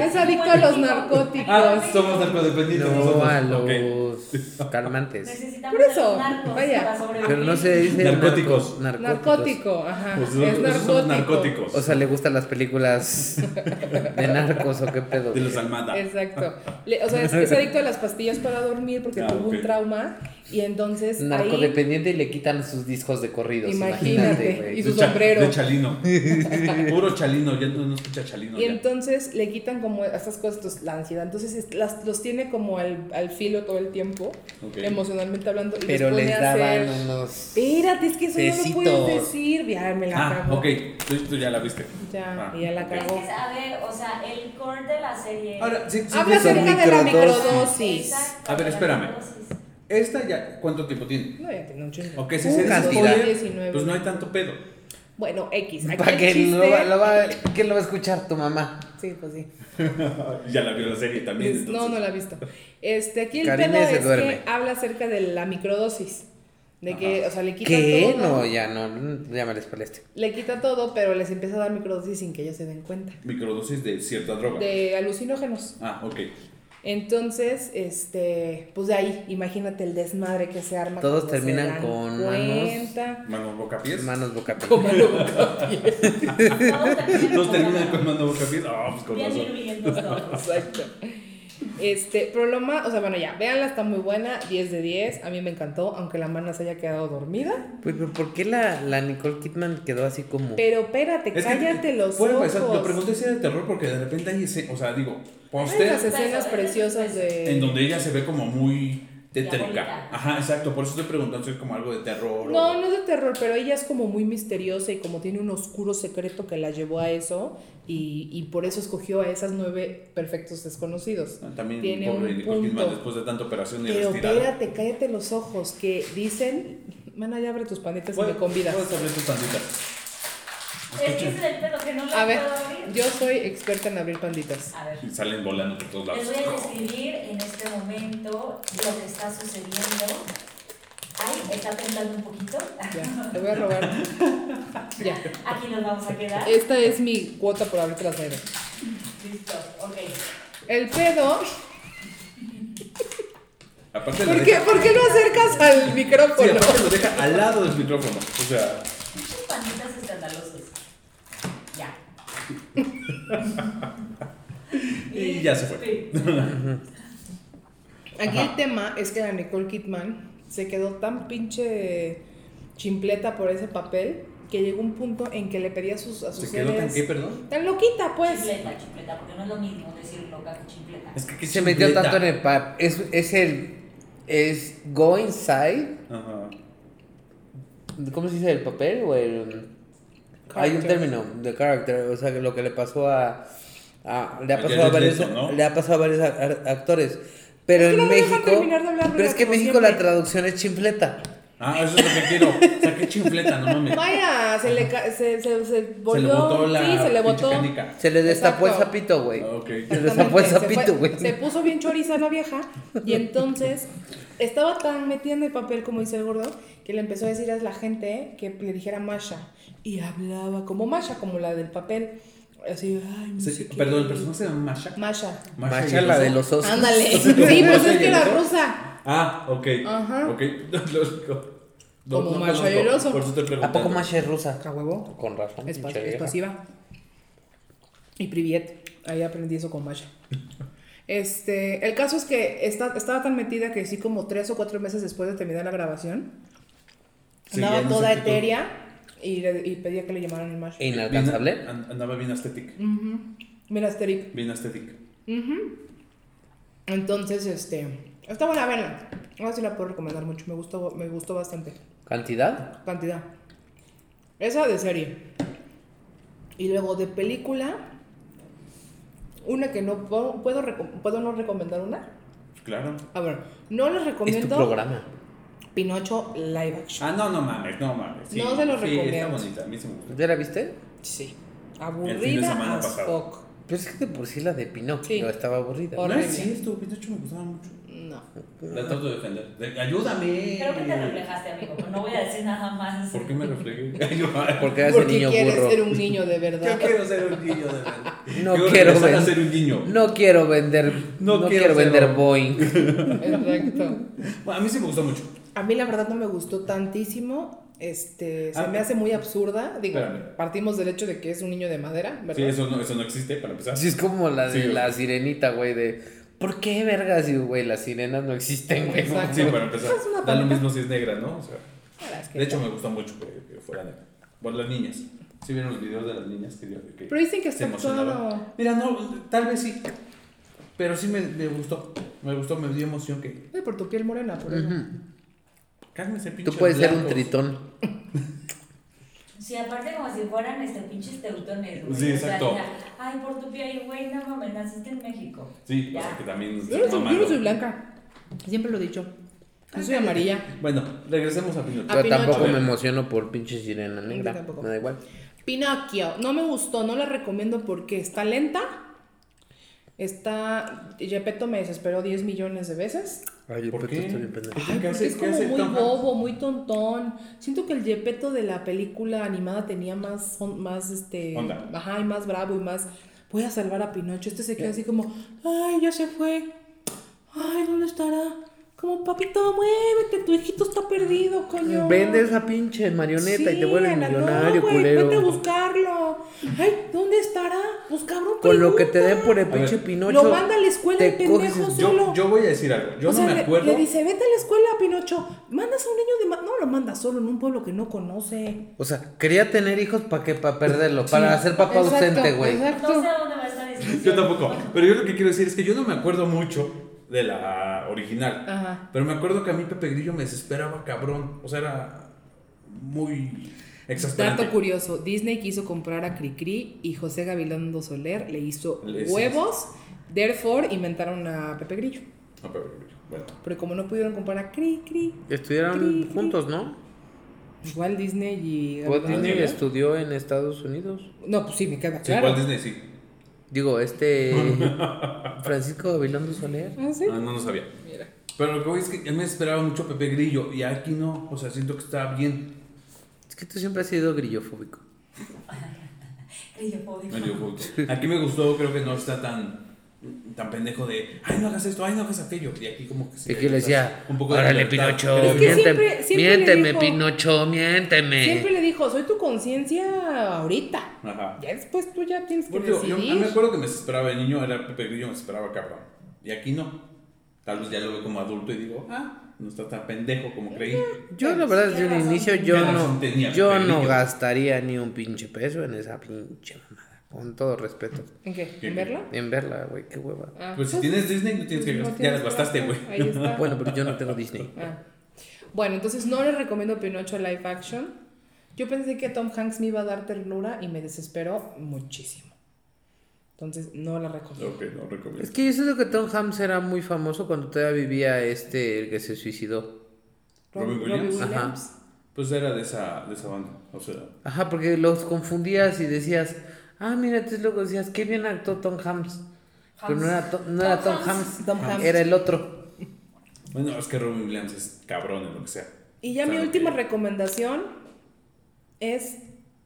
[SPEAKER 2] Es adicto a los narcóticos.
[SPEAKER 1] Ah, somos narcodependientes
[SPEAKER 3] No
[SPEAKER 1] nosotros.
[SPEAKER 3] a
[SPEAKER 1] Ok.
[SPEAKER 3] los calmantes.
[SPEAKER 4] Necesitamos
[SPEAKER 2] Por eso,
[SPEAKER 4] a los narcos
[SPEAKER 2] vaya.
[SPEAKER 4] para sobrevivir.
[SPEAKER 3] Pero no se dice
[SPEAKER 1] Narcóticos.
[SPEAKER 3] narco- narcóticos.
[SPEAKER 2] Narcótico, ajá.
[SPEAKER 1] Pues
[SPEAKER 2] es
[SPEAKER 1] esos- esos son los narcóticos.
[SPEAKER 3] O sea, le gustan las películas de narcos o qué pedo.
[SPEAKER 1] de los Almada.
[SPEAKER 2] Exacto. Le- o sea, es, es adicto a las pastillas para dormir porque
[SPEAKER 1] Ah,
[SPEAKER 2] tuvo
[SPEAKER 1] ok.
[SPEAKER 2] un trauma y entonces ahí,
[SPEAKER 3] Narcodependiente y le quitan sus discos de corridos.
[SPEAKER 2] Imagínate.
[SPEAKER 3] Imagínate,
[SPEAKER 2] Y
[SPEAKER 3] güey.
[SPEAKER 2] su
[SPEAKER 1] De cha-
[SPEAKER 2] sombrero.
[SPEAKER 1] De Chalino. Puro Chalino, ya no, no escucha Chalino.
[SPEAKER 2] y
[SPEAKER 1] ya.
[SPEAKER 2] entonces le quitan como estas cosas, tos- la ansiedad. Entonces es- las, los tiene como al, al filo todo el tiempo,
[SPEAKER 1] Ok.
[SPEAKER 2] emocionalmente hablando. Y
[SPEAKER 3] Pero
[SPEAKER 2] pone
[SPEAKER 3] les
[SPEAKER 2] a hacer-
[SPEAKER 3] daban unos.
[SPEAKER 2] Espérate, es que eso no lo puedes
[SPEAKER 3] Besitos.
[SPEAKER 2] decir. Ya me la
[SPEAKER 1] Ah,
[SPEAKER 2] acabó.
[SPEAKER 1] ok. Tú, tú ya la viste.
[SPEAKER 2] Ya,
[SPEAKER 1] Ah,
[SPEAKER 2] y ya la
[SPEAKER 1] ok.
[SPEAKER 4] Es
[SPEAKER 2] cagó.
[SPEAKER 4] que, a ver, o sea, el core de la serie.
[SPEAKER 1] Ahora, sí, sí,
[SPEAKER 2] Habla
[SPEAKER 1] eso.
[SPEAKER 2] acerca de la
[SPEAKER 3] microdosis.
[SPEAKER 2] microdosis.
[SPEAKER 4] Exacto,
[SPEAKER 1] A ver,
[SPEAKER 4] la
[SPEAKER 1] espérame.
[SPEAKER 4] microdosis.
[SPEAKER 1] Esta ya, ¿cuánto tiempo tiene?
[SPEAKER 2] No, ya tiene un chingo.
[SPEAKER 1] Ok, si
[SPEAKER 3] Un
[SPEAKER 1] se
[SPEAKER 3] cantidad.
[SPEAKER 1] despoja, pues no hay tanto pedo.
[SPEAKER 2] Bueno, X. Aquí
[SPEAKER 3] Para
[SPEAKER 2] el
[SPEAKER 3] que
[SPEAKER 2] chiste-
[SPEAKER 3] lo, va- lo va, ¿Quién lo va a escuchar? Tu mamá.
[SPEAKER 2] Sí, pues sí.
[SPEAKER 1] ya la vio la serie también.
[SPEAKER 2] Es- no,
[SPEAKER 1] entonces.
[SPEAKER 2] no la he visto. Este, aquí el
[SPEAKER 3] Karime
[SPEAKER 2] pedo
[SPEAKER 3] se
[SPEAKER 2] es
[SPEAKER 3] duerme.
[SPEAKER 2] que habla acerca de la microdosis. De que, o sea, le quita
[SPEAKER 3] ¿Qué?
[SPEAKER 2] todo.
[SPEAKER 3] No, ya no. Ya me les peleaste.
[SPEAKER 2] Le quita todo, pero les empieza a dar microdosis sin que ellos se den cuenta.
[SPEAKER 1] Microdosis de cierta droga.
[SPEAKER 2] De alucinógenos.
[SPEAKER 1] Ah, ok.
[SPEAKER 2] Entonces, este, pues de ahí, imagínate el desmadre que se arma.
[SPEAKER 3] Todos
[SPEAKER 2] cuando se
[SPEAKER 3] terminan
[SPEAKER 2] dan
[SPEAKER 3] con
[SPEAKER 2] cuenta.
[SPEAKER 1] Mano boca pies.
[SPEAKER 3] Manos boca
[SPEAKER 2] Con
[SPEAKER 3] pies.
[SPEAKER 2] mano boca pies.
[SPEAKER 4] Todos terminan
[SPEAKER 1] Nos
[SPEAKER 4] con-
[SPEAKER 1] terminan con mano boca pies. Ah, pues con
[SPEAKER 4] Bien
[SPEAKER 1] razón.
[SPEAKER 4] virulentos todos.
[SPEAKER 2] Exacto. Este, pero lo más, o sea, bueno, ya, véanla, está muy buena, 10 de 10, a mí me encantó, aunque la mana se haya quedado dormida.
[SPEAKER 3] Pues, pero ¿por qué la, la Nicole Kidman quedó así como.?
[SPEAKER 2] Pero espérate,
[SPEAKER 1] Es que-
[SPEAKER 2] cállate los
[SPEAKER 1] Bueno,
[SPEAKER 2] ojos.
[SPEAKER 1] pues, lo pregunté si era de terror porque de repente hay ese, o sea, digo,
[SPEAKER 2] Hay
[SPEAKER 1] poster
[SPEAKER 2] unas escenas preciosas de...
[SPEAKER 1] en donde ella se ve como muy tétrica.
[SPEAKER 4] Diabólica.
[SPEAKER 1] Ajá, exacto. Por eso estoy preguntando si es como algo de terror.
[SPEAKER 2] No,
[SPEAKER 1] o...
[SPEAKER 2] no es de terror, pero ella es como muy misteriosa y como tiene un oscuro secreto que la llevó a eso y, y por eso escogió a esas nueve perfectos desconocidos.
[SPEAKER 1] Ah, También
[SPEAKER 2] Tiene
[SPEAKER 1] pobre
[SPEAKER 2] un
[SPEAKER 1] Nicole Kidman,
[SPEAKER 2] punto.
[SPEAKER 1] después de tanta operación y
[SPEAKER 2] Pero
[SPEAKER 1] retirada.
[SPEAKER 2] espérate, cállate los ojos, que dicen, mana, ya abre tus panetas y me convidas.
[SPEAKER 1] Puedes abrir tus panditas.
[SPEAKER 4] Es que es el pelo que no lo
[SPEAKER 2] A ver,
[SPEAKER 4] puedo abrir.
[SPEAKER 2] yo soy experta en abrir panditas.
[SPEAKER 4] A ver.
[SPEAKER 1] Y salen volando por todos lados.
[SPEAKER 4] Les voy a describir en este momento lo que está sucediendo. Ay, está temblando un poquito.
[SPEAKER 2] Ya, te voy a robar. ya.
[SPEAKER 4] Aquí nos vamos a quedar.
[SPEAKER 2] Esta es mi cuota por abrirte las negras.
[SPEAKER 4] Listo, ok.
[SPEAKER 2] El pedo.
[SPEAKER 1] Aparte lo
[SPEAKER 2] ¿Por qué,
[SPEAKER 1] deja-
[SPEAKER 2] ¿Por qué lo acercas al
[SPEAKER 1] Sí,
[SPEAKER 2] micrófono?
[SPEAKER 1] aparte lo deja al lado del micrófono. O sea,
[SPEAKER 4] Muchos panitas escandalosos. Ya.
[SPEAKER 1] Y ya se fue.
[SPEAKER 4] Sí.
[SPEAKER 2] Aquí
[SPEAKER 1] Ajá.
[SPEAKER 2] el tema es que la Nicole Kidman se quedó tan pinche chimpleta por ese papel que llegó un punto en que le pedía a sus, a sus
[SPEAKER 1] se quedó tan
[SPEAKER 2] seres-
[SPEAKER 1] qué, perdón.
[SPEAKER 2] tan loquita, pues.
[SPEAKER 4] Chifleta, chifleta, porque no es lo mismo decir loca que chifleta.
[SPEAKER 1] Es que aquí
[SPEAKER 3] Se metió tanto en el pub. Es, es el. Es go inside.
[SPEAKER 1] Ajá.
[SPEAKER 3] ¿Cómo se dice? ¿El papel o el.? Hay un término de character, o sea, que lo que le pasó a. a- le, ha
[SPEAKER 1] A
[SPEAKER 3] pasado a
[SPEAKER 1] Jared
[SPEAKER 3] varios,
[SPEAKER 1] Leto, ¿no?
[SPEAKER 3] le ha pasado a varios a- a- actores. Pero
[SPEAKER 2] Es que
[SPEAKER 3] en
[SPEAKER 2] no me dejan
[SPEAKER 3] México.
[SPEAKER 2] terminar de hablar,
[SPEAKER 3] pero
[SPEAKER 2] Renato,
[SPEAKER 3] es que en
[SPEAKER 2] como
[SPEAKER 3] México la
[SPEAKER 2] siempre.
[SPEAKER 3] traducción es chimpleta.
[SPEAKER 1] Ah, eso es lo que quiero. O sea, qué chifleta, no mames.
[SPEAKER 2] Vaya, se le, ca- se, se, se volvió.
[SPEAKER 1] botó la
[SPEAKER 2] sí, se
[SPEAKER 1] pinche
[SPEAKER 2] le botó.
[SPEAKER 1] canica.
[SPEAKER 3] Se le destapó
[SPEAKER 2] Exacto.
[SPEAKER 3] el sapito, güey.
[SPEAKER 1] Ah, ok.
[SPEAKER 3] Se le destapó el
[SPEAKER 2] Exactamente, se
[SPEAKER 3] sapito,
[SPEAKER 2] fue-
[SPEAKER 3] güey.
[SPEAKER 2] Se puso bien choriza la vieja y entonces estaba tan metida en el papel, como dice el gordo, que le empezó a decir a la gente que le dijera Masha. Y hablaba como Masha, como la del papel. Así, ay, no
[SPEAKER 1] O sea,
[SPEAKER 2] sé qué.
[SPEAKER 1] Perdón, el personaje se llama Masha.
[SPEAKER 2] Masha.
[SPEAKER 3] Masha, la de los osos.
[SPEAKER 2] Ándale.
[SPEAKER 1] O sea, como
[SPEAKER 2] Sí, pues
[SPEAKER 1] Masha
[SPEAKER 2] es
[SPEAKER 1] y
[SPEAKER 2] que
[SPEAKER 1] el
[SPEAKER 2] era
[SPEAKER 1] oso.
[SPEAKER 2] rusa.
[SPEAKER 1] Ah, ok.
[SPEAKER 2] Ajá.
[SPEAKER 1] Ok, lógico.
[SPEAKER 2] Como Masha
[SPEAKER 1] conozco,
[SPEAKER 2] y el oso.
[SPEAKER 1] Por eso te
[SPEAKER 3] ¿A
[SPEAKER 1] preguntando.
[SPEAKER 3] poco Masha es rusa?
[SPEAKER 2] A huevo.
[SPEAKER 3] Con razón.
[SPEAKER 2] Es, pas-
[SPEAKER 3] pinche
[SPEAKER 2] es
[SPEAKER 3] vieja.
[SPEAKER 2] pasiva. Y Priviet. Ahí aprendí eso con Masha. Este, el caso es que esta- estaba tan metida que sí, como tres o cuatro meses después de terminar la grabación,
[SPEAKER 1] Sí,
[SPEAKER 2] andaba
[SPEAKER 1] ya no sé
[SPEAKER 2] toda
[SPEAKER 1] qué tú-
[SPEAKER 2] etérea y, le- y pedía que le llamaran el Masha.
[SPEAKER 1] Eh.
[SPEAKER 3] Inalcanzable.
[SPEAKER 1] Bien- an- andaba bien estética.
[SPEAKER 2] Ujú. Mira, Asterix.
[SPEAKER 1] Bien estética.
[SPEAKER 2] Entonces, este, está buena, verla. Ahora sí la puedo recomendar mucho. Me gustó, me gustó bastante.
[SPEAKER 3] ¿Cantidad?
[SPEAKER 2] Cantidad. Esa de serie. Y luego de película. Una que no puedo, puedo, reco- ¿puedo no recomendar una.
[SPEAKER 1] Claro.
[SPEAKER 2] A ver, no les
[SPEAKER 3] Es tu
[SPEAKER 2] recomiendo
[SPEAKER 3] programa.
[SPEAKER 2] Pinocho Live Action.
[SPEAKER 1] Ah, no, no mames, no mames.
[SPEAKER 2] No se los
[SPEAKER 1] sí,
[SPEAKER 2] recomiendo.
[SPEAKER 1] Está bonita, a mí se me gusta.
[SPEAKER 3] ¿Ya la viste?
[SPEAKER 2] Sí.
[SPEAKER 1] El fin de
[SPEAKER 2] Aburrida
[SPEAKER 1] semana
[SPEAKER 2] as
[SPEAKER 1] pasado.
[SPEAKER 2] fuck.
[SPEAKER 3] Pero Pues es que de por sí la de Pinocchio
[SPEAKER 2] Sí.
[SPEAKER 3] estaba aburrida.
[SPEAKER 2] Ahora-
[SPEAKER 1] No
[SPEAKER 2] Horrible.
[SPEAKER 1] es cierto, Pinocho me gustaba mucho.
[SPEAKER 2] No.
[SPEAKER 1] La trato de defender. De- ayúdame.
[SPEAKER 4] Creo que te reflejaste, amigo. pero No voy a decir nada más.
[SPEAKER 1] ¿Por qué me reflegué? Ay, no,
[SPEAKER 3] Porque era ese
[SPEAKER 2] Porque
[SPEAKER 3] niño
[SPEAKER 2] quieres
[SPEAKER 3] burro.
[SPEAKER 2] ser un niño de
[SPEAKER 1] Yo
[SPEAKER 2] verdad.
[SPEAKER 1] quiero ser un niño de verdad.
[SPEAKER 3] No quiero
[SPEAKER 1] regresar a
[SPEAKER 3] ver.
[SPEAKER 1] ser un niño.
[SPEAKER 3] No quiero vender.
[SPEAKER 1] No quiero
[SPEAKER 3] No, quiero,
[SPEAKER 1] ser
[SPEAKER 3] vender
[SPEAKER 1] un-
[SPEAKER 3] Boeing.
[SPEAKER 2] Exacto.
[SPEAKER 1] Bueno, a mí sí me gustó mucho.
[SPEAKER 2] A mí la verdad no me gustó tantísimo. Este, se
[SPEAKER 1] Ah,
[SPEAKER 2] me hace muy absurda. Digo,
[SPEAKER 1] espérame.
[SPEAKER 2] partimos del hecho de que es un niño de madera, ¿verdad?
[SPEAKER 1] Sí, eso no, eso no existe para empezar.
[SPEAKER 3] Así es como la de
[SPEAKER 1] Sí, güey.
[SPEAKER 3] la sirenita, güey, de ¿por qué vergas? Y güey, las sirenas no existen, güey.
[SPEAKER 2] Exacto.
[SPEAKER 1] Sí, para empezar.
[SPEAKER 2] Es una
[SPEAKER 1] Da lo
[SPEAKER 2] paleta.
[SPEAKER 1] mismo si es negra, ¿no? O sea,
[SPEAKER 2] La verdad es que
[SPEAKER 1] de hecho, me gusta mucho que, que fuera negra. Por las niñas. ¿Sí vieron los videos de las niñas? Que, que
[SPEAKER 2] Pero dicen que
[SPEAKER 1] se
[SPEAKER 2] está
[SPEAKER 1] emocionaban?
[SPEAKER 2] actuado.
[SPEAKER 1] Mira, no, tal vez sí. Pero sí me, me gustó. Me gustó, me dio emoción que.
[SPEAKER 2] Ay, por tu piel morena, por eso.
[SPEAKER 1] Cálmense, pinche
[SPEAKER 3] Tú puedes ser un
[SPEAKER 1] blancos.
[SPEAKER 3] tritón.
[SPEAKER 4] Sí, aparte como si fueran este pinches teutones, güey.
[SPEAKER 1] Sí,
[SPEAKER 4] O sea,
[SPEAKER 1] exacto.
[SPEAKER 4] ya, Ay, por tu piel, güey, no mames, naciste en México.
[SPEAKER 1] Sí,
[SPEAKER 4] Ya.
[SPEAKER 1] o sea, que también.
[SPEAKER 2] Yo no, soy, yo no
[SPEAKER 1] mamando.
[SPEAKER 2] soy blanca. Siempre lo he dicho. Yo soy amarilla.
[SPEAKER 1] Bueno, regresemos a Pinocho.
[SPEAKER 2] A
[SPEAKER 3] Yo
[SPEAKER 2] Ah, Pinocho.
[SPEAKER 1] A
[SPEAKER 3] tampoco
[SPEAKER 1] ver.
[SPEAKER 3] me emociono por pinche sirena negra.
[SPEAKER 2] tampoco.
[SPEAKER 3] Me da igual.
[SPEAKER 2] Pinocchio. No me gustó, no la recomiendo porque está lenta. Está. Gepetto me desesperó 10 millones de veces.
[SPEAKER 3] Ay, yo
[SPEAKER 1] ¿Por
[SPEAKER 3] puto
[SPEAKER 1] qué?
[SPEAKER 3] estoy bien pendejo.
[SPEAKER 1] ¿Qué
[SPEAKER 2] Ay, porque
[SPEAKER 1] hace-
[SPEAKER 2] es
[SPEAKER 1] qué
[SPEAKER 2] como
[SPEAKER 1] hace
[SPEAKER 2] muy
[SPEAKER 1] Tom Hanks?
[SPEAKER 2] bobo, muy tontón. Siento que el Gepetto de la película animada tenía más, on- más este.
[SPEAKER 1] Onda.
[SPEAKER 2] Ajá, y más bravo y más. Voy a salvar a Pinocho. Este se queda así como. Ay, ya se fue. Ay, ¿dónde estará? Como, papito, muévete, tu hijito está perdido, coño.
[SPEAKER 3] Vende esa pinche marioneta y te vuelves
[SPEAKER 2] Ana,
[SPEAKER 3] millonario,
[SPEAKER 2] no, güey,
[SPEAKER 3] culero.
[SPEAKER 2] Vete a buscarlo. Ay, ¿dónde estará? Pues cabrón,
[SPEAKER 3] Con lo que te den
[SPEAKER 2] pregunta.
[SPEAKER 3] por el
[SPEAKER 1] A ver.
[SPEAKER 3] pinche Pinocho.
[SPEAKER 2] Lo manda a la escuela el
[SPEAKER 3] te coges-
[SPEAKER 2] pendejo solo.
[SPEAKER 1] Yo, yo voy a decir algo. Yo
[SPEAKER 2] O
[SPEAKER 1] no
[SPEAKER 2] sea,
[SPEAKER 1] me
[SPEAKER 2] le-
[SPEAKER 1] acuerdo.
[SPEAKER 2] Le, dice, vete a la escuela, Pinocho. Mandas a un niño de. ma- No lo mandas solo en un pueblo que no conoce.
[SPEAKER 3] O sea, quería tener hijos para que para perderlo, para hacer papá
[SPEAKER 2] Exacto,
[SPEAKER 3] ausente, güey.
[SPEAKER 2] Exacto.
[SPEAKER 4] No sé a dónde va esta discusión.
[SPEAKER 1] Yo tampoco. Pero yo lo que quiero decir es que yo no me acuerdo mucho de la original.
[SPEAKER 2] Ajá.
[SPEAKER 1] Pero me acuerdo que a mí Pepe Grillo me desesperaba cabrón. O sea, era muy exasperante.
[SPEAKER 2] Dato curioso, Disney quiso comprar a Cricri y José Gabilondo Soler le hizo
[SPEAKER 1] Le hizo-
[SPEAKER 2] huevos, therefore inventaron a Pepe Grillo.
[SPEAKER 1] No, Pepe Grillo. Bueno,
[SPEAKER 2] Pero como no pudieron comprar a Cricri, Cri,
[SPEAKER 3] Estuvieron
[SPEAKER 2] cri.
[SPEAKER 3] juntos, ¿no?
[SPEAKER 2] igual Disney y...
[SPEAKER 3] Walt
[SPEAKER 2] Gabilondo
[SPEAKER 3] Pues Disney
[SPEAKER 1] Disney.
[SPEAKER 2] Soler.
[SPEAKER 3] estudió en Estados Unidos.
[SPEAKER 2] No, pues sí, me queda
[SPEAKER 1] sí,
[SPEAKER 2] claro.
[SPEAKER 1] Walt Disney sí.
[SPEAKER 3] Digo, este. Francisco Gabilondo Soler.
[SPEAKER 2] Ah, sí.
[SPEAKER 1] Ah, no, no sabía.
[SPEAKER 2] Mira.
[SPEAKER 1] Pero lo que voy es que él me esperaba mucho Pepe Grillo y aquí no. O sea, siento que está bien.
[SPEAKER 3] Es que tú siempre has sido grillofóbico.
[SPEAKER 4] Crillofóbico.
[SPEAKER 1] No, yo creo que- Aquí me gustó, creo que no está tan tan pendejo de ay no hagas esto, ay no hagas aquello. Y aquí como que
[SPEAKER 3] Y
[SPEAKER 1] sí.
[SPEAKER 3] que le decía,
[SPEAKER 1] un poco de
[SPEAKER 3] órale,
[SPEAKER 1] libertad".
[SPEAKER 3] Pinocho,
[SPEAKER 1] Pero-
[SPEAKER 2] Es que
[SPEAKER 3] miénteme,
[SPEAKER 2] siempre- siempre le
[SPEAKER 3] miénteme,
[SPEAKER 2] dijo-
[SPEAKER 3] Pinocho, miénteme.
[SPEAKER 2] Siempre le dijo, soy tu conciencia ahorita.
[SPEAKER 1] Ajá.
[SPEAKER 2] Ya después tú ya tienes que
[SPEAKER 1] Porque yo, yo- a mí
[SPEAKER 2] decidir.
[SPEAKER 1] me acuerdo que me esperaba de niño, era Pepe Grillo, me esperaba cabrón. Y aquí no. Tal vez ya lo veo como adulto y digo, ah, no está tan pendejo como creí.
[SPEAKER 3] Yo la verdad desde un
[SPEAKER 4] Razón.
[SPEAKER 3] inicio yo
[SPEAKER 1] Qué
[SPEAKER 3] no,
[SPEAKER 1] razón tenía,
[SPEAKER 3] yo
[SPEAKER 1] Pepe
[SPEAKER 3] no
[SPEAKER 1] Grillo.
[SPEAKER 3] gastaría ni un pinche peso en esa pinche mamada. Con todo respeto.
[SPEAKER 2] ¿En qué?
[SPEAKER 1] ¿Qué?
[SPEAKER 2] ¿En verla?
[SPEAKER 3] En verla, güey, qué hueva.
[SPEAKER 2] Ah,
[SPEAKER 1] Pues si tienes Disney, no tienes que
[SPEAKER 2] no
[SPEAKER 1] gastar. ya
[SPEAKER 2] tienes
[SPEAKER 1] las gastaste,
[SPEAKER 2] razón.
[SPEAKER 1] güey.
[SPEAKER 2] Ahí está.
[SPEAKER 3] Bueno, pero yo no tengo Disney.
[SPEAKER 2] Ah. Bueno, entonces no les recomiendo Pinocho live action. Yo pensé que Tom Hanks me iba a dar ternura y me desesperó muchísimo. Entonces no la recomiendo.
[SPEAKER 1] Ok, no recomiendo.
[SPEAKER 3] Es que yo siento que Tom Hanks era muy famoso cuando todavía vivía este, el que se suicidó.
[SPEAKER 2] Rob-
[SPEAKER 1] Robin Williams.
[SPEAKER 2] Robbie
[SPEAKER 3] Ajá.
[SPEAKER 1] Pues era de esa, de esa banda. O sea,
[SPEAKER 3] Ajá, porque los confundías y decías, ah, mira, tú luego decías, qué bien actuó Tom Hanks. Pero no era, To- no era Tom Hanks,
[SPEAKER 2] Tom Hanks.
[SPEAKER 3] era el otro.
[SPEAKER 1] bueno, es que Robin Williams es cabrón en lo que sea.
[SPEAKER 2] Y ya
[SPEAKER 1] O sea,
[SPEAKER 2] mi
[SPEAKER 1] no
[SPEAKER 2] última
[SPEAKER 1] tiene-
[SPEAKER 2] recomendación es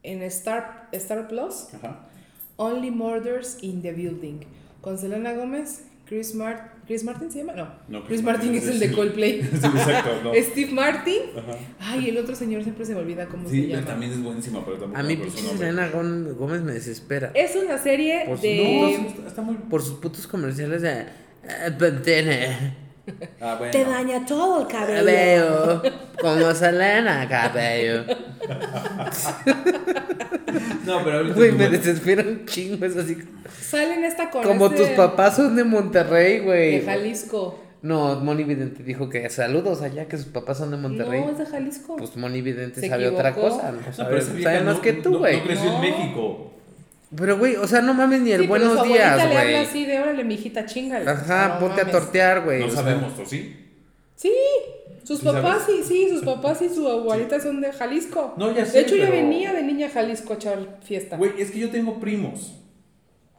[SPEAKER 2] en Star, Star Plus,
[SPEAKER 1] Ajá.
[SPEAKER 2] Only Murders in the Building, con Selena Gómez, Chris, Mart ¿Chris Martin se llama, no,
[SPEAKER 1] No, pues
[SPEAKER 2] Chris, Martin, es el de
[SPEAKER 1] sí.
[SPEAKER 2] Coldplay,
[SPEAKER 1] Sí, exacto, no.
[SPEAKER 2] Steve Martin,
[SPEAKER 1] Ajá.
[SPEAKER 2] ay, el otro señor siempre se me olvida cómo se
[SPEAKER 1] Sí,
[SPEAKER 2] llama.
[SPEAKER 1] pero también es buenísima, pero tampoco
[SPEAKER 3] A mí,
[SPEAKER 1] me acuerdo
[SPEAKER 3] pinche
[SPEAKER 1] su nombre.
[SPEAKER 3] Selena Gón- Gómez me desespera.
[SPEAKER 2] Es una serie
[SPEAKER 3] Por su
[SPEAKER 2] de...
[SPEAKER 1] No, está- está muy.
[SPEAKER 3] Por sus putos comerciales de... "Ah, Pantene,
[SPEAKER 1] Ah, bueno.
[SPEAKER 2] daña todo el cabello.
[SPEAKER 3] Veo como Selena Cabello.
[SPEAKER 1] No, pero ahorita.
[SPEAKER 3] Güey,
[SPEAKER 1] Este es
[SPEAKER 3] me
[SPEAKER 1] bueno.
[SPEAKER 3] desespera un chingo. Es así
[SPEAKER 2] Salen esta con
[SPEAKER 3] como
[SPEAKER 2] este
[SPEAKER 3] tus papás son de Monterrey,
[SPEAKER 2] De
[SPEAKER 3] güey.
[SPEAKER 2] Jalisco.
[SPEAKER 3] No, Moni Vidente dijo que saludos allá, que sus papás son de Monterrey.
[SPEAKER 2] No, es de Jalisco.
[SPEAKER 3] Pues Moni Vidente
[SPEAKER 2] Se
[SPEAKER 3] sabe otra
[SPEAKER 2] equivocó.
[SPEAKER 3] cosa. No
[SPEAKER 1] No,
[SPEAKER 3] sabe,
[SPEAKER 1] pero esa vieja
[SPEAKER 3] sabe
[SPEAKER 1] no-
[SPEAKER 3] más que
[SPEAKER 1] no-
[SPEAKER 3] tú, güey.
[SPEAKER 1] No creció
[SPEAKER 2] No.
[SPEAKER 1] en México.
[SPEAKER 3] Pero, güey, o sea, no mames ni el
[SPEAKER 2] Sí, pero su
[SPEAKER 3] buenos
[SPEAKER 2] abuelita
[SPEAKER 3] días,
[SPEAKER 2] le habla
[SPEAKER 3] güey.
[SPEAKER 2] así de órale, mijita, chinga.
[SPEAKER 3] Ajá, ponte a tortear, güey.
[SPEAKER 1] No
[SPEAKER 3] o sea,
[SPEAKER 1] sabemos, ¿o sí?
[SPEAKER 2] Sí, sus
[SPEAKER 1] ¿Sí
[SPEAKER 2] papás
[SPEAKER 1] sabes?
[SPEAKER 2] sí, sí, sus papás y su abuelita son de Jalisco.
[SPEAKER 1] No, ya sé,
[SPEAKER 2] De hecho, ya
[SPEAKER 1] pero-
[SPEAKER 2] venía de niña a Jalisco a echar fiesta.
[SPEAKER 1] Güey, es que yo tengo primos.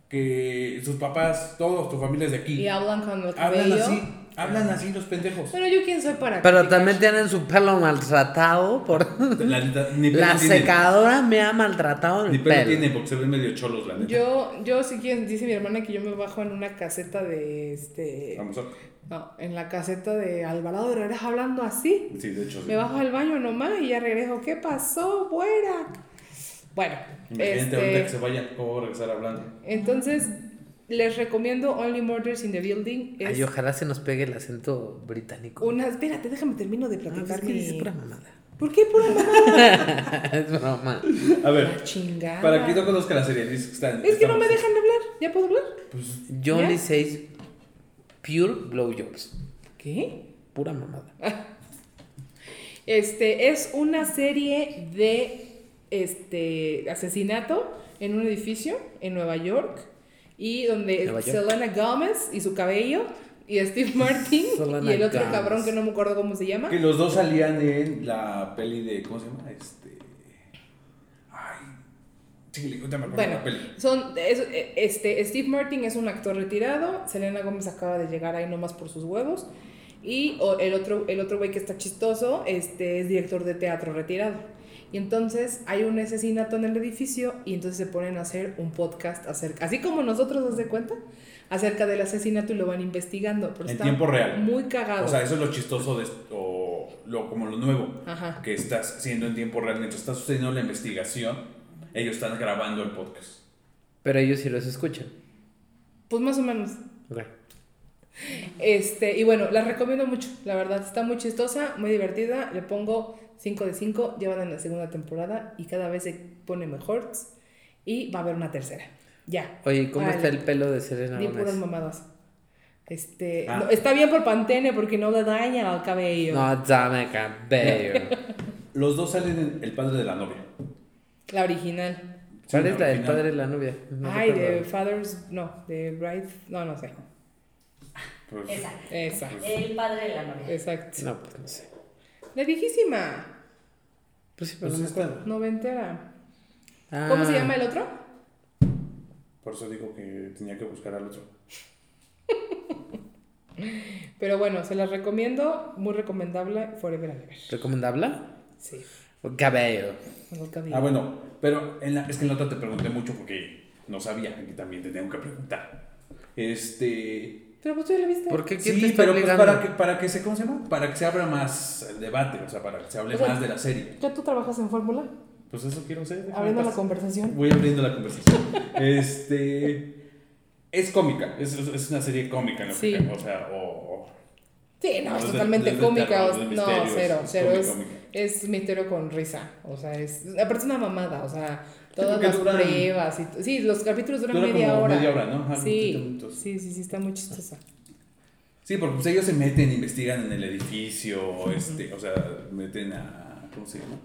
[SPEAKER 1] Que sus papás, todos, tu familia es de aquí.
[SPEAKER 2] Y hablan con el
[SPEAKER 1] Hablan
[SPEAKER 2] cabello.
[SPEAKER 1] así, hablan así los pendejos.
[SPEAKER 2] Pero yo quién soy para
[SPEAKER 3] Pero
[SPEAKER 2] criticar.
[SPEAKER 3] también tienen su pelo maltratado por...
[SPEAKER 1] La, neta, ni pelo
[SPEAKER 3] La
[SPEAKER 1] tienen.
[SPEAKER 3] secadora me ha maltratado
[SPEAKER 1] Ni
[SPEAKER 3] el
[SPEAKER 1] pelo
[SPEAKER 3] pelo.
[SPEAKER 1] tienen porque se ven medio cholos, la neta.
[SPEAKER 2] Yo, yo sí quien dice mi hermana que yo me bajo en una caseta de este.
[SPEAKER 1] Vamos a.
[SPEAKER 2] No, en la caseta de Alvarado de Herrera hablando así.
[SPEAKER 1] Sí, de hecho. sí.
[SPEAKER 2] Me bajo al baño nomás y ya regreso. ¿Qué pasó? Fuera. Bueno,
[SPEAKER 1] Imagínate ahorita que se
[SPEAKER 2] este,
[SPEAKER 1] vaya, ¿cómo va a regresar hablando?
[SPEAKER 2] entonces les recomiendo Only Murders in the Building. Es
[SPEAKER 3] Ay, ojalá se nos pegue el acento británico.
[SPEAKER 2] una. Espérate, déjame termino de
[SPEAKER 3] Ah, pues
[SPEAKER 2] platicar.
[SPEAKER 3] es que
[SPEAKER 2] mi-
[SPEAKER 3] es pura mamada.
[SPEAKER 2] ¿Por qué pura mamá?
[SPEAKER 3] es broma.
[SPEAKER 1] A ver,
[SPEAKER 2] Chingada.
[SPEAKER 1] para que no conozca la serie, dice que está
[SPEAKER 2] Es que no me
[SPEAKER 1] estamos-
[SPEAKER 2] dejan hablar. ¿Ya puedo hablar?
[SPEAKER 1] Pues,
[SPEAKER 3] Yo
[SPEAKER 2] ¿Ya?
[SPEAKER 3] only says pure blowjobs.
[SPEAKER 2] ¿Qué?
[SPEAKER 3] Pura mamada.
[SPEAKER 2] Este, es una serie de este asesinato en un edificio en Nueva York y donde
[SPEAKER 3] Nueva York.
[SPEAKER 2] Selena Gomez y su cabello y Steve Martin
[SPEAKER 3] Selena
[SPEAKER 2] y el otro
[SPEAKER 3] Gomez.
[SPEAKER 2] cabrón que no me acuerdo cómo se llama.
[SPEAKER 1] Que los dos salían en la peli de. ¿Cómo se llama? Este. Ay. Sí, ahorita me acuerdo de
[SPEAKER 2] Bueno,
[SPEAKER 1] la peli.
[SPEAKER 2] son es- este Steve Martin es un actor retirado, Selena Gomez acaba de llegar ahí nomás por sus huevos y o- el otro el otro güey que está chistoso, este es director de teatro retirado. Y entonces hay un asesinato en el edificio y entonces se ponen a hacer un podcast acerca, así como nosotros nos de cuenta, acerca del asesinato y lo van investigando, pero
[SPEAKER 1] En
[SPEAKER 2] está
[SPEAKER 1] tiempo real.
[SPEAKER 2] muy cagado.
[SPEAKER 1] O sea, eso es lo chistoso de esto, o lo, como lo nuevo,
[SPEAKER 2] Ajá.
[SPEAKER 1] que estás haciendo en tiempo real. Mientras está sucediendo la investigación, ellos están grabando el podcast.
[SPEAKER 3] Pero ellos sí los escuchan.
[SPEAKER 2] Pues más o menos.
[SPEAKER 3] Ok.
[SPEAKER 2] Este, y bueno, la recomiendo mucho, la verdad, está muy chistosa, muy divertida, le pongo 5 de 5, llevan en la segunda temporada y cada vez se pone mejor y va a haber una tercera. Ya.
[SPEAKER 3] Oye, ¿cómo
[SPEAKER 2] Vale.
[SPEAKER 3] está el pelo de Selena
[SPEAKER 2] Di puras
[SPEAKER 3] Gómez?
[SPEAKER 2] mamadas. Este,
[SPEAKER 1] Ah.
[SPEAKER 2] no, está bien por Pantene porque no le daña al cabello.
[SPEAKER 3] No dame cabello.
[SPEAKER 1] Los dos salen en El padre de la novia.
[SPEAKER 2] La original.
[SPEAKER 3] ¿Cuál
[SPEAKER 1] Sí,
[SPEAKER 3] es la del
[SPEAKER 1] original.
[SPEAKER 3] padre de la novia? No
[SPEAKER 2] Ay,
[SPEAKER 3] recuerdo.
[SPEAKER 2] de Fathers, no, de Bride, no, no sé.
[SPEAKER 1] Pues,
[SPEAKER 4] Esa.
[SPEAKER 2] Esa,
[SPEAKER 4] El padre de la novia.
[SPEAKER 2] exacto.
[SPEAKER 3] No, pues no sé.
[SPEAKER 2] La viejísima,
[SPEAKER 3] Pues sí, pero
[SPEAKER 1] pues
[SPEAKER 3] no me
[SPEAKER 1] esta-
[SPEAKER 3] acuerdo.
[SPEAKER 2] noventera.
[SPEAKER 3] Ah,
[SPEAKER 2] ¿Cómo se llama el otro?
[SPEAKER 1] por eso digo que tenía que buscar al otro.
[SPEAKER 2] Pero bueno, se las recomiendo, muy recomendable, Forever and Ever.
[SPEAKER 3] ¿Recomendable?
[SPEAKER 2] Sí,
[SPEAKER 3] Cabello.
[SPEAKER 2] con el cabello.
[SPEAKER 1] Ah, bueno, pero en la- es que en la otra te pregunté mucho porque no sabía. Aquí también te tengo que preguntar. Este.
[SPEAKER 2] Pero pues tú ya la viste.
[SPEAKER 3] ¿Por qué? ¿Quién te
[SPEAKER 1] Sí,
[SPEAKER 3] está
[SPEAKER 1] pero pues
[SPEAKER 3] obligando?
[SPEAKER 1] para que, para que se, ¿cómo se llama? Para que se abra más el debate, o sea, para que se hable
[SPEAKER 2] O sea,
[SPEAKER 1] más de la serie.
[SPEAKER 2] ¿Ya tú trabajas en fórmula?
[SPEAKER 1] Pues eso quiero ser. déjame
[SPEAKER 2] Abriendo
[SPEAKER 1] en
[SPEAKER 2] la
[SPEAKER 1] paz.
[SPEAKER 2] conversación.
[SPEAKER 1] Voy abriendo la conversación. este. Es cómica, es, es- es una serie cómica, ¿no?
[SPEAKER 2] Sí.
[SPEAKER 1] O sea, o. o-
[SPEAKER 2] Sí, no, es
[SPEAKER 1] es de-
[SPEAKER 2] totalmente
[SPEAKER 1] es de
[SPEAKER 2] cómica.
[SPEAKER 1] terror,
[SPEAKER 2] o-
[SPEAKER 1] es de
[SPEAKER 2] no,
[SPEAKER 1] misterio, es-
[SPEAKER 2] cero,
[SPEAKER 1] es
[SPEAKER 2] cero.
[SPEAKER 1] cómica,
[SPEAKER 2] Es,
[SPEAKER 1] cómica.
[SPEAKER 2] es misterio con risa. O sea, es. Aparte es una mamada, o sea, todas
[SPEAKER 1] porque
[SPEAKER 2] las
[SPEAKER 1] duran-
[SPEAKER 2] pruebas. Y, t- sí, los capítulos duran
[SPEAKER 1] Dura
[SPEAKER 2] media
[SPEAKER 1] como
[SPEAKER 2] hora.
[SPEAKER 1] media hora, ¿no? Ajá, 20
[SPEAKER 2] Sí,
[SPEAKER 1] minutos.
[SPEAKER 2] sí, sí, sí, está muy chistosa.
[SPEAKER 1] Sí, porque pues, ellos se meten, investigan en el edificio, este, o sea, meten a. ¿Cómo se llama?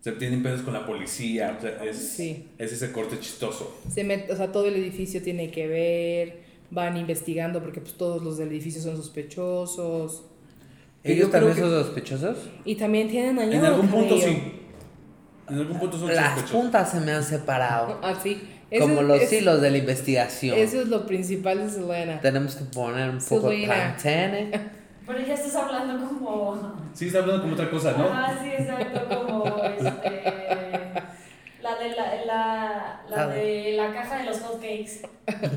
[SPEAKER 1] Se tienen pedos con la policía, o sea, es,
[SPEAKER 2] Sí.
[SPEAKER 1] es ese corte chistoso.
[SPEAKER 2] Se met- o sea, todo el edificio tiene que ver, van investigando porque pues todos los del edificio son sospechosos.
[SPEAKER 1] Que
[SPEAKER 3] ¿Ellos
[SPEAKER 1] yo creo
[SPEAKER 3] también
[SPEAKER 1] que-
[SPEAKER 3] son sospechosos?
[SPEAKER 2] Y también tienen dañado
[SPEAKER 1] en algún
[SPEAKER 2] el
[SPEAKER 1] punto
[SPEAKER 2] cabello.
[SPEAKER 1] sí. En algún punto son
[SPEAKER 3] Las
[SPEAKER 1] sospechosos.
[SPEAKER 3] puntas se me han separado.
[SPEAKER 2] Ah, sí. Eso
[SPEAKER 3] Como
[SPEAKER 2] es-
[SPEAKER 3] los
[SPEAKER 2] es-
[SPEAKER 3] hilos de la investigación.
[SPEAKER 2] Eso es lo principal de Selena.
[SPEAKER 3] Tenemos que poner un poco de
[SPEAKER 2] Selena.
[SPEAKER 3] pantene.
[SPEAKER 4] Pero ya estás hablando como.
[SPEAKER 1] Sí, está hablando como otra cosa, ¿no?
[SPEAKER 4] Ah, sí, exacto, como este. La de la, la, la
[SPEAKER 3] Ah.
[SPEAKER 4] de la caja de los hotcakes.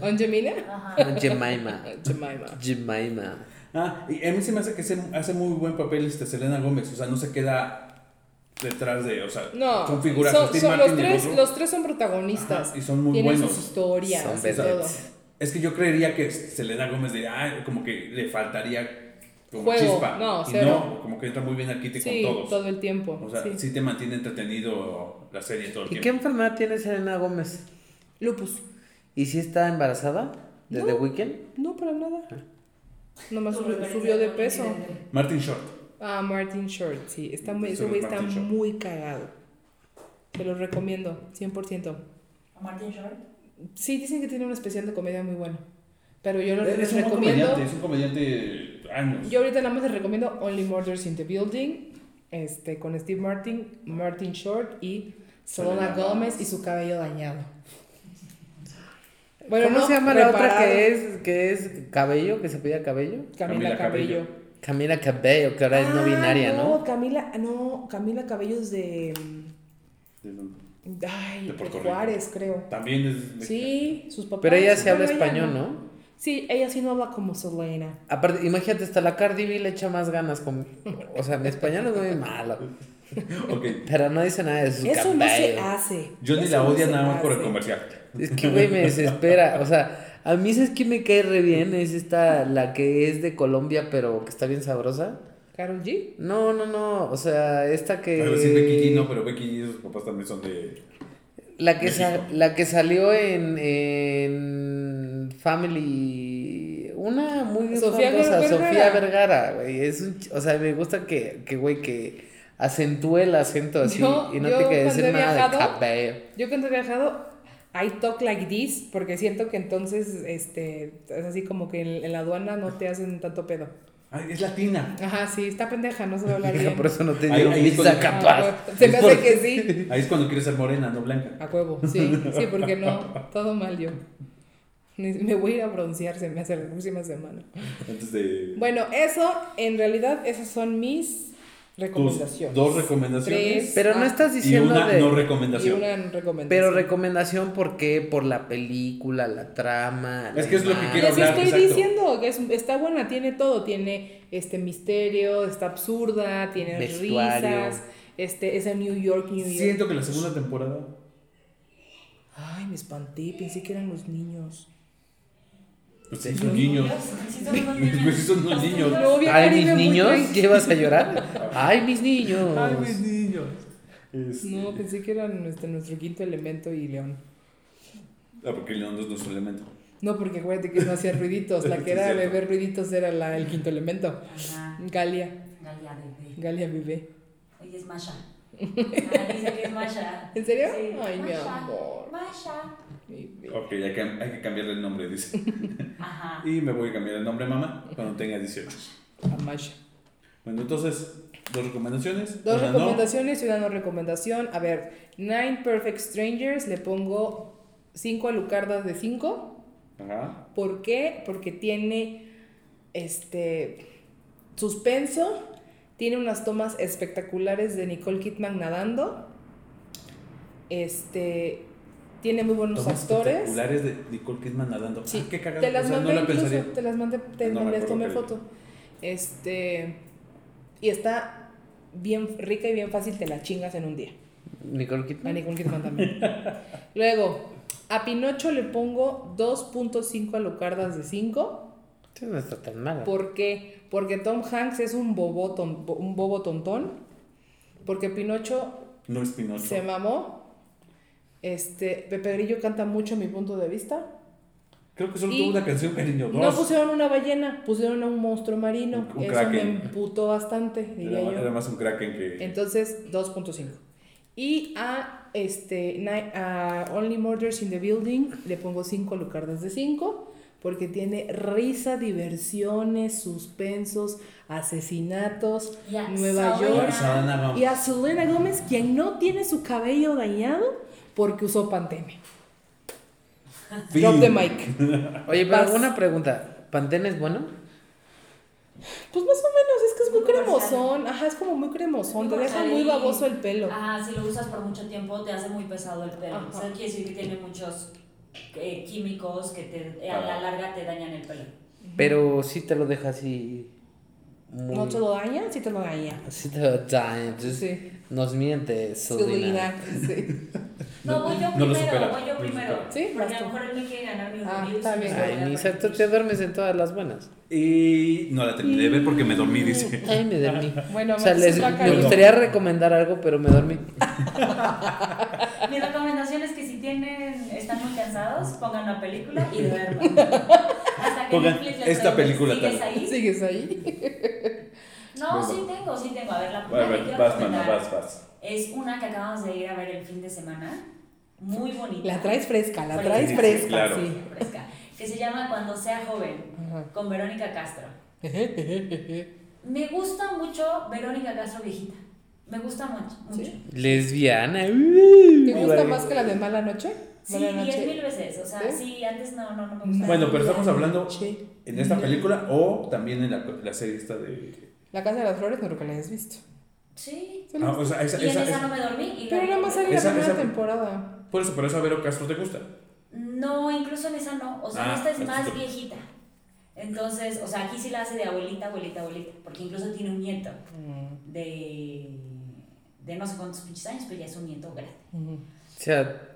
[SPEAKER 2] ¿Angelina?
[SPEAKER 4] Ajá.
[SPEAKER 3] Jemima.
[SPEAKER 2] Jemima.
[SPEAKER 3] Jemima.
[SPEAKER 1] Ah, y a mí se me hace que se- hace muy buen papel este Selena Gómez, o sea, no se queda detrás de, o sea,
[SPEAKER 2] No,
[SPEAKER 1] son figuras.
[SPEAKER 2] son-
[SPEAKER 1] Steve
[SPEAKER 2] son los,
[SPEAKER 1] Martin y el
[SPEAKER 2] tres,
[SPEAKER 1] otro-
[SPEAKER 2] los tres son protagonistas.
[SPEAKER 1] Ajá, y son muy
[SPEAKER 2] Tienen
[SPEAKER 1] buenos.
[SPEAKER 2] sus historias
[SPEAKER 3] Son
[SPEAKER 2] y todo.
[SPEAKER 3] vedettes.
[SPEAKER 1] Es que yo creería que Selena Gómez diría, ah, como que le faltaría como
[SPEAKER 2] Juego,
[SPEAKER 1] chispa.
[SPEAKER 2] no,
[SPEAKER 1] y
[SPEAKER 2] cero.
[SPEAKER 1] no, como que entra muy bien al quite
[SPEAKER 2] Sí,
[SPEAKER 1] con todos.
[SPEAKER 2] todo el tiempo.
[SPEAKER 1] O sea, sí.
[SPEAKER 2] sí.
[SPEAKER 1] te mantiene entretenido la serie todo el
[SPEAKER 3] ¿Y
[SPEAKER 1] tiempo.
[SPEAKER 3] qué enfermedad tiene Selena Gómez?
[SPEAKER 2] Lupus.
[SPEAKER 3] ¿Y si está embarazada? ¿De
[SPEAKER 2] No.
[SPEAKER 3] The Weeknd?
[SPEAKER 2] No, para nada. Nomás
[SPEAKER 4] Tu
[SPEAKER 2] subió,
[SPEAKER 4] referencia
[SPEAKER 2] subió de
[SPEAKER 4] no
[SPEAKER 2] peso.
[SPEAKER 4] evidente.
[SPEAKER 1] Martin Short.
[SPEAKER 2] Ah, Martin Short, sí. Está muy, ese
[SPEAKER 1] Solo
[SPEAKER 2] güey está
[SPEAKER 1] Martin Short.
[SPEAKER 2] muy cagado. Te lo recomiendo, 100%.
[SPEAKER 4] ¿A Martin Short.
[SPEAKER 2] Sí, dicen que tiene un especial de comedia muy bueno. Pero yo lo
[SPEAKER 1] Él
[SPEAKER 2] les
[SPEAKER 1] es un buen
[SPEAKER 2] recomiendo.
[SPEAKER 1] comediante, es un comediante de años.
[SPEAKER 2] Yo ahorita nada más les recomiendo Only Murders in the Building, este, con Steve Martin, Martin Short y Selena
[SPEAKER 1] Selena
[SPEAKER 2] Gómez y su cabello dañado. Bueno,
[SPEAKER 3] ¿Cómo
[SPEAKER 2] no,
[SPEAKER 3] se llama la otra
[SPEAKER 2] reparado.
[SPEAKER 3] que es, que es cabello? ¿Que se pide cabello?
[SPEAKER 2] Camila,
[SPEAKER 1] Camila
[SPEAKER 2] Cabello.
[SPEAKER 1] Cabello.
[SPEAKER 3] Camila Cabello, que ahora es no
[SPEAKER 2] Ah,
[SPEAKER 3] binaria, ¿no?
[SPEAKER 2] Camila, no, Camila Cabello es de, mm, ay,
[SPEAKER 1] De
[SPEAKER 2] de,
[SPEAKER 1] Puerto Rico.
[SPEAKER 2] Juárez, creo.
[SPEAKER 1] También es.
[SPEAKER 2] Sí, sus papás.
[SPEAKER 3] Pero ella sí habla
[SPEAKER 2] bueno, ella
[SPEAKER 3] español, ¿no?
[SPEAKER 2] Sí, ella sí no habla como Selena.
[SPEAKER 3] Aparte, imagínate, hasta la Cardi B le echa más ganas con... O sea, mi español es muy malo,
[SPEAKER 1] Ok.
[SPEAKER 3] pero no dice nada de su
[SPEAKER 2] Eso no se
[SPEAKER 3] cabello.
[SPEAKER 2] hace.
[SPEAKER 1] Johnny
[SPEAKER 2] Eso
[SPEAKER 1] la
[SPEAKER 2] no
[SPEAKER 1] odia
[SPEAKER 2] se
[SPEAKER 1] nada más por el
[SPEAKER 2] hace.
[SPEAKER 1] comercial.
[SPEAKER 3] Es que, güey, me desespera. O sea, a mí, ¿sabes quién me cae re bien? Es esta, la que es de Colombia, pero que está bien sabrosa.
[SPEAKER 2] ¿Karol G?
[SPEAKER 3] No, no, no. O sea, esta que...
[SPEAKER 1] A ver si Becky G no, pero Becky G y sus papás también son de.
[SPEAKER 3] La que,
[SPEAKER 1] México.
[SPEAKER 3] sa- la que salió en, en Family. Una muy
[SPEAKER 2] Sofía
[SPEAKER 3] famosa,
[SPEAKER 2] Ver-
[SPEAKER 3] Sofía
[SPEAKER 2] Vergara.
[SPEAKER 3] Vergara, güey. Es un ch- o sea, me gusta que, que, güey, que acentúe el acento así.
[SPEAKER 2] Yo-
[SPEAKER 3] y no
[SPEAKER 2] yo
[SPEAKER 3] te quede
[SPEAKER 2] cuando
[SPEAKER 3] decir
[SPEAKER 2] he
[SPEAKER 3] nada de
[SPEAKER 2] viajado-
[SPEAKER 3] cabello.
[SPEAKER 2] Yo cuando he viajado, I talk like this, porque siento que entonces, este, es así como que en, en la aduana no te hacen tanto pedo.
[SPEAKER 1] Ay, es latina.
[SPEAKER 2] Ajá, sí, está pendeja, no sabe hablar bien.
[SPEAKER 3] Por eso no te
[SPEAKER 1] Ahí-
[SPEAKER 3] dieron
[SPEAKER 1] ahí es
[SPEAKER 3] visa
[SPEAKER 1] cuando-
[SPEAKER 3] capaz.
[SPEAKER 2] Ah, se me
[SPEAKER 3] Es por-
[SPEAKER 2] hace que sí.
[SPEAKER 1] Ahí es cuando quieres ser morena, no blanca.
[SPEAKER 2] A huevo, sí, sí, porque no, todo mal yo. Ni- Me voy a ir a broncear, se me hace la próxima semana.
[SPEAKER 3] Ah.
[SPEAKER 1] Antes de.
[SPEAKER 2] Bueno, eso, en realidad, esas son mis
[SPEAKER 1] Tus
[SPEAKER 2] recomendaciones.
[SPEAKER 1] dos recomendaciones.
[SPEAKER 2] Tres.
[SPEAKER 3] Pero no
[SPEAKER 2] Ah,
[SPEAKER 3] estás
[SPEAKER 1] Y
[SPEAKER 3] diciendo
[SPEAKER 1] una
[SPEAKER 3] de.
[SPEAKER 1] no
[SPEAKER 2] Y
[SPEAKER 1] recomendación.
[SPEAKER 2] una recomendación.
[SPEAKER 3] Pero recomendación, ¿por qué? Por la película, la trama.
[SPEAKER 1] Es
[SPEAKER 3] la Ah.
[SPEAKER 1] que es lo que
[SPEAKER 3] imagen.
[SPEAKER 1] quiero
[SPEAKER 2] Les
[SPEAKER 1] hablar,
[SPEAKER 2] estoy
[SPEAKER 1] exacto.
[SPEAKER 2] diciendo que es- está buena, tiene todo, tiene este misterio, está absurda, tiene
[SPEAKER 3] Vestuario.
[SPEAKER 2] risas, este, es en New York, New York.
[SPEAKER 1] Siento que la segunda temporada
[SPEAKER 2] Ay, me espanté, pensé que eran los niños.
[SPEAKER 1] Pues sí, son niños.
[SPEAKER 4] Sí, son unos
[SPEAKER 1] Pues sí,
[SPEAKER 4] niños.
[SPEAKER 1] son unos niños.
[SPEAKER 2] No, bien
[SPEAKER 3] Ay,
[SPEAKER 2] Caribe,
[SPEAKER 3] mis
[SPEAKER 2] muy
[SPEAKER 3] niños,
[SPEAKER 2] tranqui-
[SPEAKER 3] ¿qué vas a llorar? Ay, mis niños.
[SPEAKER 1] niños. eh,
[SPEAKER 2] No, pensé que eran este, nuestro quinto elemento y León.
[SPEAKER 1] Ah, porque León no es nuestro elemento.
[SPEAKER 2] No, porque acuérdate que no hacía ruiditos. La que
[SPEAKER 1] Sí, es
[SPEAKER 2] era
[SPEAKER 1] cierto.
[SPEAKER 2] beber ruiditos era la, el quinto elemento.
[SPEAKER 4] Ajá.
[SPEAKER 2] Galia.
[SPEAKER 4] Galia bebé.
[SPEAKER 2] Galia vive.
[SPEAKER 4] Oye, es Masha. Ah, dice que es Masha.
[SPEAKER 2] ¿En serio?
[SPEAKER 4] Sí.
[SPEAKER 2] Ay, mi
[SPEAKER 4] Masha,
[SPEAKER 2] amor.
[SPEAKER 4] Masha.
[SPEAKER 2] Vive.
[SPEAKER 1] Ok, hay que, hay que cambiarle el nombre, dice.
[SPEAKER 4] Ajá.
[SPEAKER 1] Y me voy a cambiar el nombre, mamá, cuando tenga 18.
[SPEAKER 2] Amasha.
[SPEAKER 1] Bueno, entonces, dos recomendaciones.
[SPEAKER 2] Dos
[SPEAKER 1] Una no.
[SPEAKER 2] recomendaciones y una no recomendación. A ver, Nine Perfect Strangers le pongo 5 alucardas de 5.
[SPEAKER 1] Ajá.
[SPEAKER 2] ¿Por qué? Porque tiene este suspenso, tiene unas tomas espectaculares de Nicole Kidman nadando. Este tiene muy buenos
[SPEAKER 1] Tomas
[SPEAKER 2] actores.
[SPEAKER 1] espectaculares de Nicole Kidman nadando.
[SPEAKER 2] Sí,
[SPEAKER 1] Ah, qué cagado.
[SPEAKER 2] Te las
[SPEAKER 1] o sea,
[SPEAKER 2] mandé
[SPEAKER 1] no la
[SPEAKER 2] incluso,
[SPEAKER 1] pensaría.
[SPEAKER 2] te las mandé, te
[SPEAKER 1] No me
[SPEAKER 2] mandé,
[SPEAKER 1] acuerdo
[SPEAKER 2] tomé
[SPEAKER 1] qué
[SPEAKER 2] foto. Este y está bien rica y bien fácil, te la chingas en un día.
[SPEAKER 3] Nicole
[SPEAKER 2] A
[SPEAKER 3] Kidman.
[SPEAKER 2] Nicole Kidman también. Luego, a Pinocho le pongo 2.5 alocardas de 5.
[SPEAKER 3] Sí, no está tan mala.
[SPEAKER 2] ¿Por qué? Porque Tom Hanks es un bobo, ton- un bobo tontón. Porque Pinocho
[SPEAKER 1] No es Pinocho.
[SPEAKER 2] se mamó. Este, Pepe Grillo canta mucho a mi punto de vista.
[SPEAKER 1] Creo que solo
[SPEAKER 2] Y-
[SPEAKER 1] tuvo una canción, cariño. Dos.
[SPEAKER 2] No pusieron una ballena, pusieron a un monstruo marino.
[SPEAKER 1] Un
[SPEAKER 2] Eso
[SPEAKER 1] kraken.
[SPEAKER 2] me emputó bastante, diría
[SPEAKER 1] era, era
[SPEAKER 2] yo.
[SPEAKER 1] más un kraken que.
[SPEAKER 2] Entonces, 2.5. Y a, este, Ni- a Only Murders in the Building le pongo 5 lucardas de 5. Porque tiene risa, diversiones, suspensos, asesinatos,
[SPEAKER 4] Y a
[SPEAKER 2] Nueva
[SPEAKER 4] Sabrina.
[SPEAKER 2] York.
[SPEAKER 1] Sana, vamos.
[SPEAKER 2] Y a Selena Gómez, quien no tiene su cabello dañado porque usó pantene.
[SPEAKER 1] Fin.
[SPEAKER 2] Drop the mic.
[SPEAKER 3] Oye, pero
[SPEAKER 2] Vas.
[SPEAKER 3] una pregunta. ¿Pantene es bueno?
[SPEAKER 2] Pues más o menos, es que es muy
[SPEAKER 4] Muy comercial.
[SPEAKER 2] cremosón. Ajá, es como muy cremosón. Te deja muy
[SPEAKER 4] Ahí.
[SPEAKER 2] baboso el pelo.
[SPEAKER 4] Ajá, si lo usas por mucho tiempo te hace muy pesado el pelo.
[SPEAKER 2] Ajá.
[SPEAKER 4] O sea, quiere decir que tiene muchos eh, químicos que te, eh, a
[SPEAKER 1] Ah.
[SPEAKER 4] la larga te dañan el pelo.
[SPEAKER 3] Pero sí te lo deja así. Muy...
[SPEAKER 2] ¿No te lo daña? Sí te lo daña.
[SPEAKER 3] Sí te lo da. Entonces,
[SPEAKER 2] Sí.
[SPEAKER 3] nos miente, Selena.
[SPEAKER 2] Selena, sí.
[SPEAKER 4] No,
[SPEAKER 1] No,
[SPEAKER 4] voy
[SPEAKER 1] no
[SPEAKER 4] yo
[SPEAKER 1] lo
[SPEAKER 4] primero,
[SPEAKER 1] supera,
[SPEAKER 4] voy yo
[SPEAKER 1] no lo
[SPEAKER 4] primero.
[SPEAKER 1] supera.
[SPEAKER 2] Sí,
[SPEAKER 4] Porque
[SPEAKER 2] vas
[SPEAKER 4] a lo
[SPEAKER 2] tú.
[SPEAKER 4] mejor él me quiere ganar mis
[SPEAKER 2] Ah,
[SPEAKER 4] reviews.
[SPEAKER 2] está
[SPEAKER 4] y
[SPEAKER 2] bien.
[SPEAKER 4] me voy a
[SPEAKER 3] Ay, Misa, tú
[SPEAKER 4] repetir.
[SPEAKER 3] te duermes en todas las buenas.
[SPEAKER 1] Y no la terminé de ver porque me dormí, dice.
[SPEAKER 3] Ay, me dormí.
[SPEAKER 2] Bueno,
[SPEAKER 3] o sea,
[SPEAKER 2] Marcos,
[SPEAKER 3] les-
[SPEAKER 2] la
[SPEAKER 3] me
[SPEAKER 2] calle.
[SPEAKER 3] gustaría recomendar algo, pero me dormí.
[SPEAKER 4] Mi recomendación es que si tienen, están muy cansados, pongan una película y duerman. Hasta que
[SPEAKER 1] Pongan
[SPEAKER 4] Netflix les
[SPEAKER 1] esta
[SPEAKER 4] pregunte,
[SPEAKER 1] película
[SPEAKER 4] ¿sigues
[SPEAKER 1] tal.
[SPEAKER 4] ahí?
[SPEAKER 2] ¿Sigues ahí?
[SPEAKER 4] No,
[SPEAKER 1] Venga.
[SPEAKER 4] sí tengo, sí tengo. A ver, la
[SPEAKER 1] A
[SPEAKER 4] primera que
[SPEAKER 1] ver,
[SPEAKER 4] quiero
[SPEAKER 1] vas, mana, vas,
[SPEAKER 4] recomendar
[SPEAKER 1] vas.
[SPEAKER 4] es una que acabamos de ir a ver el fin de semana. Muy bonita.
[SPEAKER 2] La traes fresca, la
[SPEAKER 4] Fresca.
[SPEAKER 2] traes
[SPEAKER 4] Sí, sí,
[SPEAKER 2] fresca,
[SPEAKER 1] claro.
[SPEAKER 2] sí.
[SPEAKER 4] Fresca. Que se llama Cuando sea joven,
[SPEAKER 2] Ajá.
[SPEAKER 4] con Verónica Castro. Me gusta mucho Verónica Castro viejita. Me gusta mucho. mucho.
[SPEAKER 2] ¿Sí?
[SPEAKER 3] Lesbiana.
[SPEAKER 2] ¿Te gusta más que la de Mala Noche?
[SPEAKER 4] Sí,
[SPEAKER 2] Mala
[SPEAKER 4] diez
[SPEAKER 2] Noche.
[SPEAKER 4] mil veces. O sea,
[SPEAKER 2] ¿Sí?
[SPEAKER 4] sí, antes no, no, no me gustaba.
[SPEAKER 1] Bueno, pero estamos hablando
[SPEAKER 2] Noche.
[SPEAKER 1] en esta película o también en la, la serie esta de.
[SPEAKER 2] La Casa de las Flores no creo que la hayas visto.
[SPEAKER 4] Sí.
[SPEAKER 2] Solo-
[SPEAKER 1] Ah, o sea, esa,
[SPEAKER 4] y en
[SPEAKER 1] esa-
[SPEAKER 4] esa,
[SPEAKER 1] esa-
[SPEAKER 4] no me dormí. Y la
[SPEAKER 2] Pero nada más sale
[SPEAKER 4] compré.
[SPEAKER 2] la
[SPEAKER 1] Esa-
[SPEAKER 2] primera
[SPEAKER 1] esa-
[SPEAKER 2] temporada.
[SPEAKER 1] Por eso, pero esa Vero Castro te gusta.
[SPEAKER 4] No, incluso en esa no. O sea,
[SPEAKER 1] Ah,
[SPEAKER 4] esta es
[SPEAKER 1] esta
[SPEAKER 4] más
[SPEAKER 1] es-
[SPEAKER 4] viejita. Entonces, o sea, aquí sí la hace de abuelita, abuelita, abuelita. Porque incluso tiene un nieto de, de no sé cuántos pinches años, pero ya es un nieto grande.
[SPEAKER 2] Ujú.
[SPEAKER 3] O sea,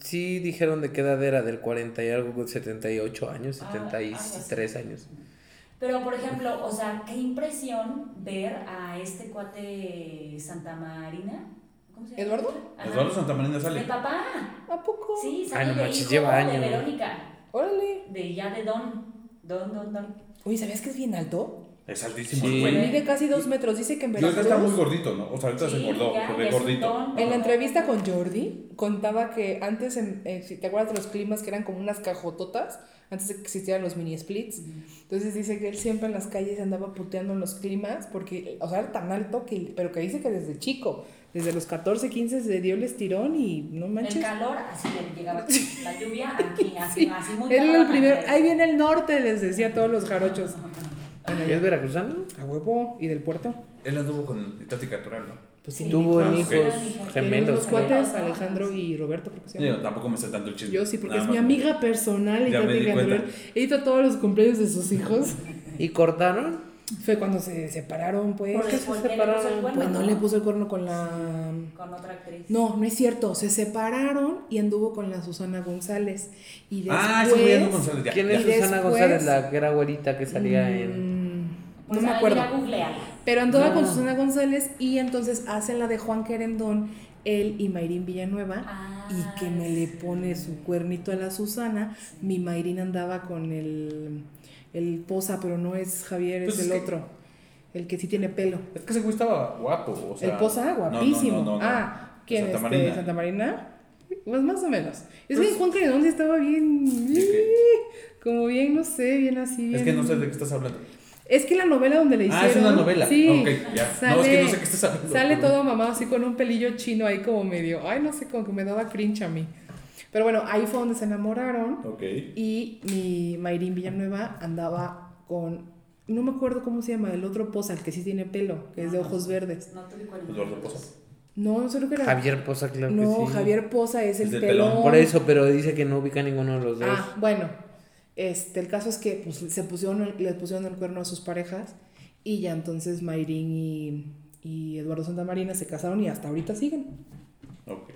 [SPEAKER 3] sí dijeron de qué edad era, del 40 y algo, 78 años,
[SPEAKER 4] Ah,
[SPEAKER 3] 73 años.
[SPEAKER 4] Pero, por ejemplo, o sea, qué impresión ver a este cuate Santa Marina. ¿Cómo se llama?
[SPEAKER 2] ¿Eduardo?
[SPEAKER 4] Ajá.
[SPEAKER 1] Eduardo Santamarina
[SPEAKER 4] Mi
[SPEAKER 1] sale.
[SPEAKER 4] papá.
[SPEAKER 2] ¿A poco?
[SPEAKER 4] Sí, sale
[SPEAKER 3] no
[SPEAKER 4] de
[SPEAKER 3] manches,
[SPEAKER 4] hijo
[SPEAKER 3] lleva
[SPEAKER 4] de
[SPEAKER 3] años.
[SPEAKER 4] Verónica.
[SPEAKER 2] Órale.
[SPEAKER 4] De ya de Don. Don, Don, Don.
[SPEAKER 2] Oye, ¿sabías que es bien alto?
[SPEAKER 1] Es altísimo.
[SPEAKER 3] Sí.
[SPEAKER 1] el güey.
[SPEAKER 4] Bueno,
[SPEAKER 2] Mide casi dos metros. Dice que en
[SPEAKER 1] Yo ahorita está muy
[SPEAKER 2] Veracruz...
[SPEAKER 1] gordito, ¿no? O sea, ahorita se
[SPEAKER 4] Sí,
[SPEAKER 1] engordó,
[SPEAKER 4] ya,
[SPEAKER 1] se ve
[SPEAKER 4] ya es un
[SPEAKER 1] gordito.
[SPEAKER 4] don.
[SPEAKER 2] En la entrevista con Jordi contaba que antes, en- eh, si te acuerdas de los climas que eran como unas cajototas, antes de que existieran los mini splits, entonces dice que él siempre en las calles andaba puteando en los climas, porque, o sea, era tan alto, que, pero que dice que desde chico, desde los 14, 15 se dio el estirón y no
[SPEAKER 4] El
[SPEAKER 2] manches.
[SPEAKER 4] calor, así le llegaba aquí. La lluvia, aquí, así, así muy
[SPEAKER 2] Él era el
[SPEAKER 4] cabrona.
[SPEAKER 2] primero, ahí viene el norte, les decía a todos los jarochos. Bueno,
[SPEAKER 3] ¿Es veracruzano?
[SPEAKER 2] ah, ya, a huevo, y del puerto.
[SPEAKER 1] Él anduvo con Tati Catural, ¿no?
[SPEAKER 2] Pues
[SPEAKER 4] Sí.
[SPEAKER 3] Tuvo
[SPEAKER 1] Ah,
[SPEAKER 3] hijos
[SPEAKER 4] ok.
[SPEAKER 2] Tienen
[SPEAKER 3] gemelos.
[SPEAKER 2] Los
[SPEAKER 4] ¿no?
[SPEAKER 2] cuates, Alejandro y Roberto, porque se llaman.
[SPEAKER 1] Yo tampoco me sé tanto el chisme.
[SPEAKER 2] Yo sí, porque
[SPEAKER 1] Nada
[SPEAKER 2] es mi
[SPEAKER 1] más.
[SPEAKER 2] amiga personal y
[SPEAKER 1] Ya
[SPEAKER 2] ya
[SPEAKER 1] me di cuenta.
[SPEAKER 2] Edita E todos los cumpleaños de sus hijos.
[SPEAKER 3] ¿Y cortaron?
[SPEAKER 2] Fue cuando se separaron, pues.
[SPEAKER 4] Por
[SPEAKER 2] ¿Qué
[SPEAKER 4] el-
[SPEAKER 2] se
[SPEAKER 4] porque le
[SPEAKER 2] separaron?
[SPEAKER 4] puso el cuerno,
[SPEAKER 2] pues no,
[SPEAKER 4] ¿no?
[SPEAKER 2] le puso el cuerno con la.
[SPEAKER 4] Con otra actriz.
[SPEAKER 2] No, no es cierto. Se separaron y anduvo con la Susana González. Y después.
[SPEAKER 1] Ah, sí, voy a González. Ya,
[SPEAKER 3] ¿Quién
[SPEAKER 1] ya.
[SPEAKER 3] es
[SPEAKER 2] Y
[SPEAKER 3] Susana
[SPEAKER 2] después-
[SPEAKER 3] González, la que era güerita que salía en...
[SPEAKER 2] Mm,
[SPEAKER 4] Pues
[SPEAKER 2] no me
[SPEAKER 4] ahí
[SPEAKER 2] acuerdo.
[SPEAKER 4] Ya googleala.
[SPEAKER 1] Ah.
[SPEAKER 2] Pero andaba
[SPEAKER 3] No.
[SPEAKER 2] con Susana González y entonces hacen la de Juan Querendón él y Mayrín Villanueva
[SPEAKER 4] Ah,
[SPEAKER 2] y que me le pone su cuernito a la Susana. Mi Mayrín andaba con el, el posa, pero no es Javier,
[SPEAKER 1] Pues es
[SPEAKER 2] es el
[SPEAKER 1] que-
[SPEAKER 2] otro, el que sí tiene pelo.
[SPEAKER 1] Es que ese güey estaba guapo, o sea.
[SPEAKER 2] el posa,
[SPEAKER 1] no, no, no,
[SPEAKER 2] guapísimo.
[SPEAKER 1] no, no.
[SPEAKER 2] Ah, ¿quién
[SPEAKER 1] Santa
[SPEAKER 2] este,
[SPEAKER 1] Marina.
[SPEAKER 2] Santa Marina? Pues más o menos. Es
[SPEAKER 1] Pues-
[SPEAKER 2] que Juan Credón sí estaba bien,
[SPEAKER 1] qué?
[SPEAKER 2] como bien, no sé, bien así.
[SPEAKER 1] Es que
[SPEAKER 2] bien-
[SPEAKER 1] no sé de qué estás hablando.
[SPEAKER 2] Es que la novela donde le hicieron.
[SPEAKER 1] Ah, es una novela.
[SPEAKER 2] Sí.
[SPEAKER 1] Ok, ya. no, es que no sé qué estás hablando.
[SPEAKER 2] Sale
[SPEAKER 1] Perdón.
[SPEAKER 2] todo mamado así con un pelillo chino ahí como medio, ay no sé, como que me daba cringe a mí. Pero bueno, ahí fue donde se enamoraron
[SPEAKER 1] Ok.
[SPEAKER 2] y mi Mayrín Villanueva andaba con, no me acuerdo cómo se llama, el otro posa, el que sí tiene pelo, que es
[SPEAKER 1] Ah,
[SPEAKER 2] de ojos verdes.
[SPEAKER 4] No te recuerdo.
[SPEAKER 1] Eduardo Poza.
[SPEAKER 2] No, no sé lo que era.
[SPEAKER 3] Javier Poza, claro que sí.
[SPEAKER 2] no, Javier Poza es el
[SPEAKER 1] Es del
[SPEAKER 2] pelón.
[SPEAKER 1] pelón.
[SPEAKER 3] Por eso, pero dice que no ubica ninguno de los dos.
[SPEAKER 2] Ah, bueno. Este, el caso es que pues, se pusieron, les pusieron el cuerno a sus parejas y ya entonces Mayrín y, y Eduardo Santamarina se casaron y hasta ahorita siguen.
[SPEAKER 1] Ok.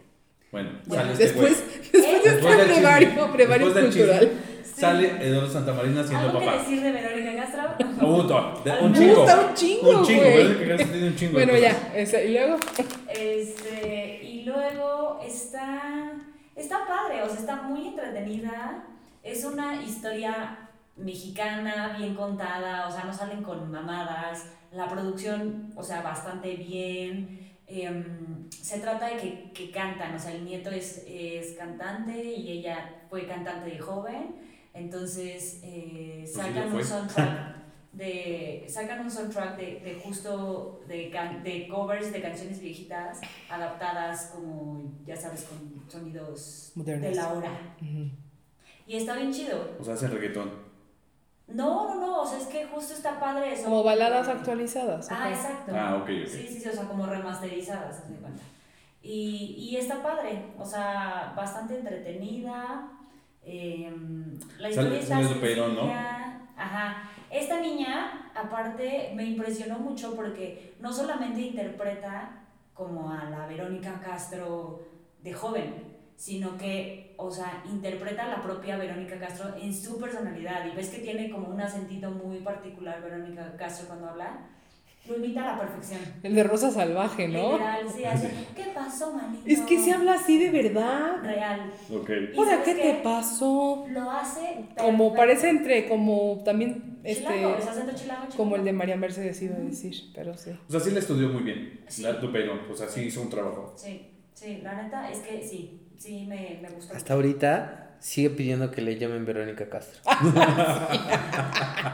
[SPEAKER 1] Bueno,
[SPEAKER 4] Bueno,
[SPEAKER 1] sale este güey.
[SPEAKER 2] después, después de
[SPEAKER 1] Después
[SPEAKER 2] este
[SPEAKER 1] del chisme,
[SPEAKER 2] brevario, brevario
[SPEAKER 1] después del chisme,
[SPEAKER 2] cultural.
[SPEAKER 1] Sale Eduardo Santamarina siendo
[SPEAKER 4] ¿Algo que
[SPEAKER 1] papá.
[SPEAKER 4] decir de Verónica Castro?
[SPEAKER 1] Puta, de- un
[SPEAKER 4] Me
[SPEAKER 1] chingo.
[SPEAKER 2] gusta un chingo,
[SPEAKER 1] Un chingo,
[SPEAKER 2] güey.
[SPEAKER 1] parece que Garza tiene un chingo. de
[SPEAKER 2] Bueno,
[SPEAKER 1] cosas.
[SPEAKER 2] ya, ese, y luego.
[SPEAKER 4] Este, y luego está, está padre, o sea, está muy entretenida. Es una historia mexicana, bien contada, o sea, no salen con mamadas. La producción, o sea, bastante bien. Em, se trata de que, que cantan, o sea, el nieto es, es cantante y ella fue cantante de joven. Entonces, eh,
[SPEAKER 1] Pues sí, lo
[SPEAKER 4] sacan
[SPEAKER 1] fue.
[SPEAKER 4] un soundtrack de sacan un soundtrack de, de justo de, can- de covers de canciones viejitas adaptadas como ya sabes con sonidos
[SPEAKER 2] Modernas.
[SPEAKER 4] de la hora y está bien chido
[SPEAKER 1] O sea, hace reggaetón.
[SPEAKER 4] no no no o sea es que justo está padre eso
[SPEAKER 2] Como baladas actualizadas.
[SPEAKER 4] ah
[SPEAKER 2] ok.
[SPEAKER 4] exacto
[SPEAKER 1] Ah, ok, ok.
[SPEAKER 4] sí sí sí o sea como remasterizadas haz de cuenta y, y está padre o sea bastante entretenida em,
[SPEAKER 1] Sale-
[SPEAKER 4] la historia está
[SPEAKER 1] sale su pelón, ¿no?
[SPEAKER 4] sencilla. ajá esta niña, aparte, me impresionó mucho porque no solamente interpreta como a la Verónica Castro de joven, sino que, o sea, interpreta a la propia Verónica Castro en su personalidad. Y ves que tiene como un acentito muy particular Verónica Castro cuando habla. Lo imita a la perfección.
[SPEAKER 2] El de Rosa Salvaje, ¿no?
[SPEAKER 4] Literal, sí, hace, ¿qué pasó, manito?
[SPEAKER 2] Es que se habla así de verdad.
[SPEAKER 4] Real.
[SPEAKER 1] Ok.
[SPEAKER 4] ¿Y
[SPEAKER 2] Ahora,
[SPEAKER 4] sabes
[SPEAKER 2] ¿qué te pasó?
[SPEAKER 4] Lo hace
[SPEAKER 2] Como
[SPEAKER 4] perfecto.
[SPEAKER 2] parece entre, como también,
[SPEAKER 4] Chilango,
[SPEAKER 2] este,
[SPEAKER 4] es acento chilango,
[SPEAKER 2] como el de
[SPEAKER 4] chilango.
[SPEAKER 2] María Mercedes iba a decir, pero sí.
[SPEAKER 1] O sea, sí la estudió muy bien.
[SPEAKER 4] Sí.
[SPEAKER 1] La, tu pelón. O sea, sí hizo un trabajo.
[SPEAKER 4] Sí, sí, la neta es que sí, sí me, me gustó.
[SPEAKER 3] Hasta ahorita sigue pidiendo que le llamen Verónica Castro.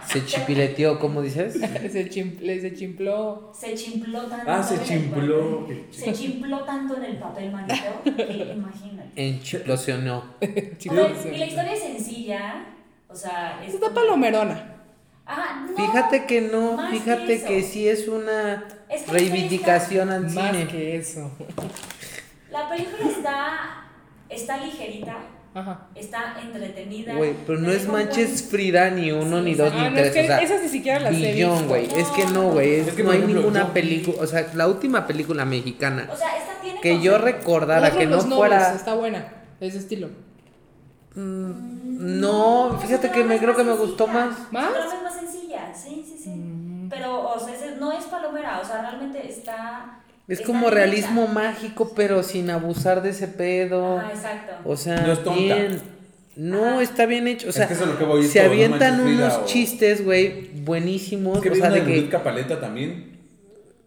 [SPEAKER 3] se chipileteó, ¿cómo dices?
[SPEAKER 2] Se chim- le- se chimpló.
[SPEAKER 4] Se chimpló tanto.
[SPEAKER 1] Ah, se
[SPEAKER 4] en el
[SPEAKER 1] chimpló.
[SPEAKER 4] papel. Se chimpló tanto en el papel, manito, que imagínate.
[SPEAKER 3] Enchiplosionó.
[SPEAKER 4] O
[SPEAKER 2] chimpló.
[SPEAKER 4] sea, y la historia es sencilla, o sea, es...
[SPEAKER 2] Está palomerona.
[SPEAKER 4] Ah, no,
[SPEAKER 3] Fíjate que no,
[SPEAKER 4] Más que
[SPEAKER 3] fíjate
[SPEAKER 4] eso.
[SPEAKER 3] que sí es una
[SPEAKER 4] Es que
[SPEAKER 3] reivindicación al
[SPEAKER 2] Más
[SPEAKER 3] cine.
[SPEAKER 2] que eso.
[SPEAKER 4] la película está, está ligerita,
[SPEAKER 2] Ajá.
[SPEAKER 4] está entretenida.
[SPEAKER 3] Güey, pero no
[SPEAKER 4] Te
[SPEAKER 3] es
[SPEAKER 4] deja
[SPEAKER 3] manches
[SPEAKER 4] buen-
[SPEAKER 3] Frida ni uno,
[SPEAKER 4] Sí,
[SPEAKER 3] ni
[SPEAKER 4] sí.
[SPEAKER 3] dos,
[SPEAKER 2] Ah,
[SPEAKER 3] ni
[SPEAKER 2] no, es
[SPEAKER 3] tres.
[SPEAKER 2] que
[SPEAKER 3] o sea,
[SPEAKER 2] esas ni siquiera las he
[SPEAKER 3] billón,
[SPEAKER 2] visto.
[SPEAKER 3] güey. Es que no, güey. es-
[SPEAKER 1] Es que,
[SPEAKER 3] no
[SPEAKER 1] por
[SPEAKER 3] hay
[SPEAKER 1] ejemplo,
[SPEAKER 3] ninguna
[SPEAKER 1] yo-
[SPEAKER 3] película. O sea, la última película mexicana
[SPEAKER 4] O sea, esta tiene...
[SPEAKER 3] que yo
[SPEAKER 4] concepto.
[SPEAKER 3] recordara
[SPEAKER 2] Otro
[SPEAKER 3] que
[SPEAKER 2] de
[SPEAKER 3] no
[SPEAKER 2] los nobles,
[SPEAKER 3] fuera.
[SPEAKER 2] Está buena, de ese estilo.
[SPEAKER 3] No, fíjate que me creo que me gustó más.
[SPEAKER 2] ¿Más?
[SPEAKER 4] Más? sencilla. Su trama es más sencilla, sí, sí, sí. Pero, o sea, ese no es palomera, o sea, realmente está...
[SPEAKER 3] Es
[SPEAKER 4] está
[SPEAKER 3] como
[SPEAKER 4] bien
[SPEAKER 3] realismo
[SPEAKER 4] hecha.
[SPEAKER 3] mágico, pero sin abusar de ese pedo.
[SPEAKER 4] Ajá, exacto.
[SPEAKER 3] O sea,
[SPEAKER 1] No es tonta.
[SPEAKER 3] bien. No,
[SPEAKER 4] Ah, Ajá.
[SPEAKER 3] está bien hecho. O
[SPEAKER 1] Es
[SPEAKER 3] sea,
[SPEAKER 1] que eso es lo que voy,
[SPEAKER 3] se
[SPEAKER 1] todo, no
[SPEAKER 3] avientan
[SPEAKER 1] manches, Frida,
[SPEAKER 3] unos
[SPEAKER 1] o-
[SPEAKER 3] chistes, güey, buenísimos.
[SPEAKER 1] Es que
[SPEAKER 3] o sea,
[SPEAKER 1] de
[SPEAKER 3] de que.
[SPEAKER 1] Ludovica Paleta también.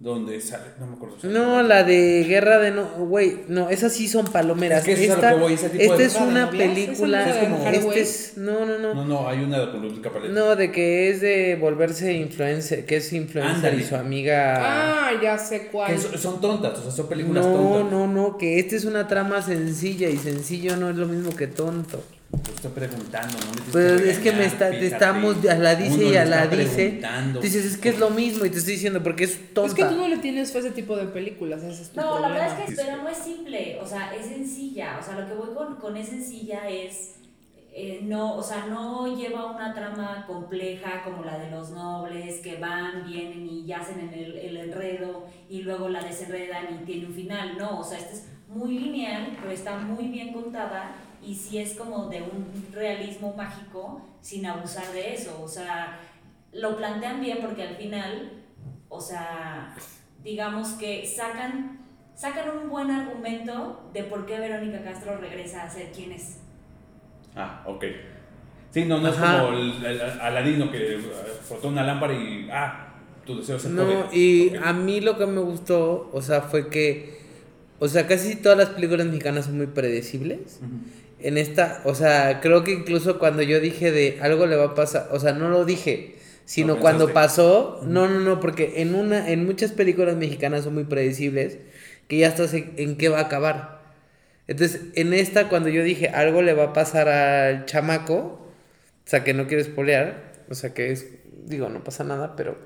[SPEAKER 1] Donde sale. No me acuerdo.
[SPEAKER 3] No, la de Guerra de no, güey, no, esas sí son palomeras.
[SPEAKER 1] Es que eso es a lo
[SPEAKER 3] esta
[SPEAKER 1] que voy, ese tipo
[SPEAKER 3] esta
[SPEAKER 1] de-
[SPEAKER 3] es
[SPEAKER 2] ¿La de
[SPEAKER 3] una
[SPEAKER 2] novias? Esa
[SPEAKER 3] película,
[SPEAKER 2] no es la de
[SPEAKER 3] como-
[SPEAKER 2] Hardwell.
[SPEAKER 3] este es- no, no, no.
[SPEAKER 1] No, no, hay una con Ludovica Paleta.
[SPEAKER 3] No, de que es de volverse influencer, que es influencer y
[SPEAKER 1] Ándale.
[SPEAKER 3] su amiga.
[SPEAKER 2] Ah, ya sé cuál.
[SPEAKER 1] Que so- son tontas, o sea, son películas
[SPEAKER 3] no,
[SPEAKER 1] tontas.
[SPEAKER 3] no, no, que esta es una trama sencilla y sencillo no es lo mismo que tonto.
[SPEAKER 1] Te estoy preguntando, no me tienes
[SPEAKER 3] Pues es que me
[SPEAKER 1] regañar,
[SPEAKER 3] está, te
[SPEAKER 1] fíjate.
[SPEAKER 3] estamos a la dice
[SPEAKER 1] Uno
[SPEAKER 3] y
[SPEAKER 1] le
[SPEAKER 3] a
[SPEAKER 1] está
[SPEAKER 3] la dice.
[SPEAKER 1] preguntando.
[SPEAKER 3] Dices, es que es lo mismo y te estoy diciendo porque es tonta.
[SPEAKER 2] es que tú no le tienes fe a ese tipo de películas. Ese es tu
[SPEAKER 4] No, la
[SPEAKER 2] problema.
[SPEAKER 4] verdad es que pero no es simple, o sea, es sencilla, o sea, lo que voy con, con es sencilla es, eh, no, o sea, no lleva una trama compleja como la de los nobles que van, vienen y yacen en el, el enredo y luego la desenredan y tiene un final, no, o sea, esta es muy lineal, pero está muy bien contada y sí es como de un realismo mágico sin abusar de eso, o sea, lo plantean bien porque al final, o sea, digamos que sacan sacan un buen argumento de por qué Verónica Castro regresa a ser quien es.
[SPEAKER 1] Ah, ok. Sí, no, no
[SPEAKER 3] Ajá.
[SPEAKER 1] es como el, el Aladino que eh, frotó una lámpara y. Ah, tu deseo se
[SPEAKER 3] No,
[SPEAKER 1] puede.
[SPEAKER 3] y
[SPEAKER 1] Ok.
[SPEAKER 3] a mí lo que me gustó, o sea, fue que, o sea, casi todas las películas mexicanas son muy predecibles.
[SPEAKER 1] Ujú.
[SPEAKER 3] En esta, o sea, creo que incluso cuando yo dije de algo le va a pasar, o sea, no lo dije, sino
[SPEAKER 1] Lo
[SPEAKER 3] cuando
[SPEAKER 1] pensaste.
[SPEAKER 3] pasó, no, no, no, porque en una, en muchas películas mexicanas son muy predecibles, que ya estás en, en qué va a acabar. Entonces, en esta, cuando yo dije algo le va a pasar al chamaco, o sea, que no quiero spoilear. O sea, que es. Digo, no pasa nada, pero.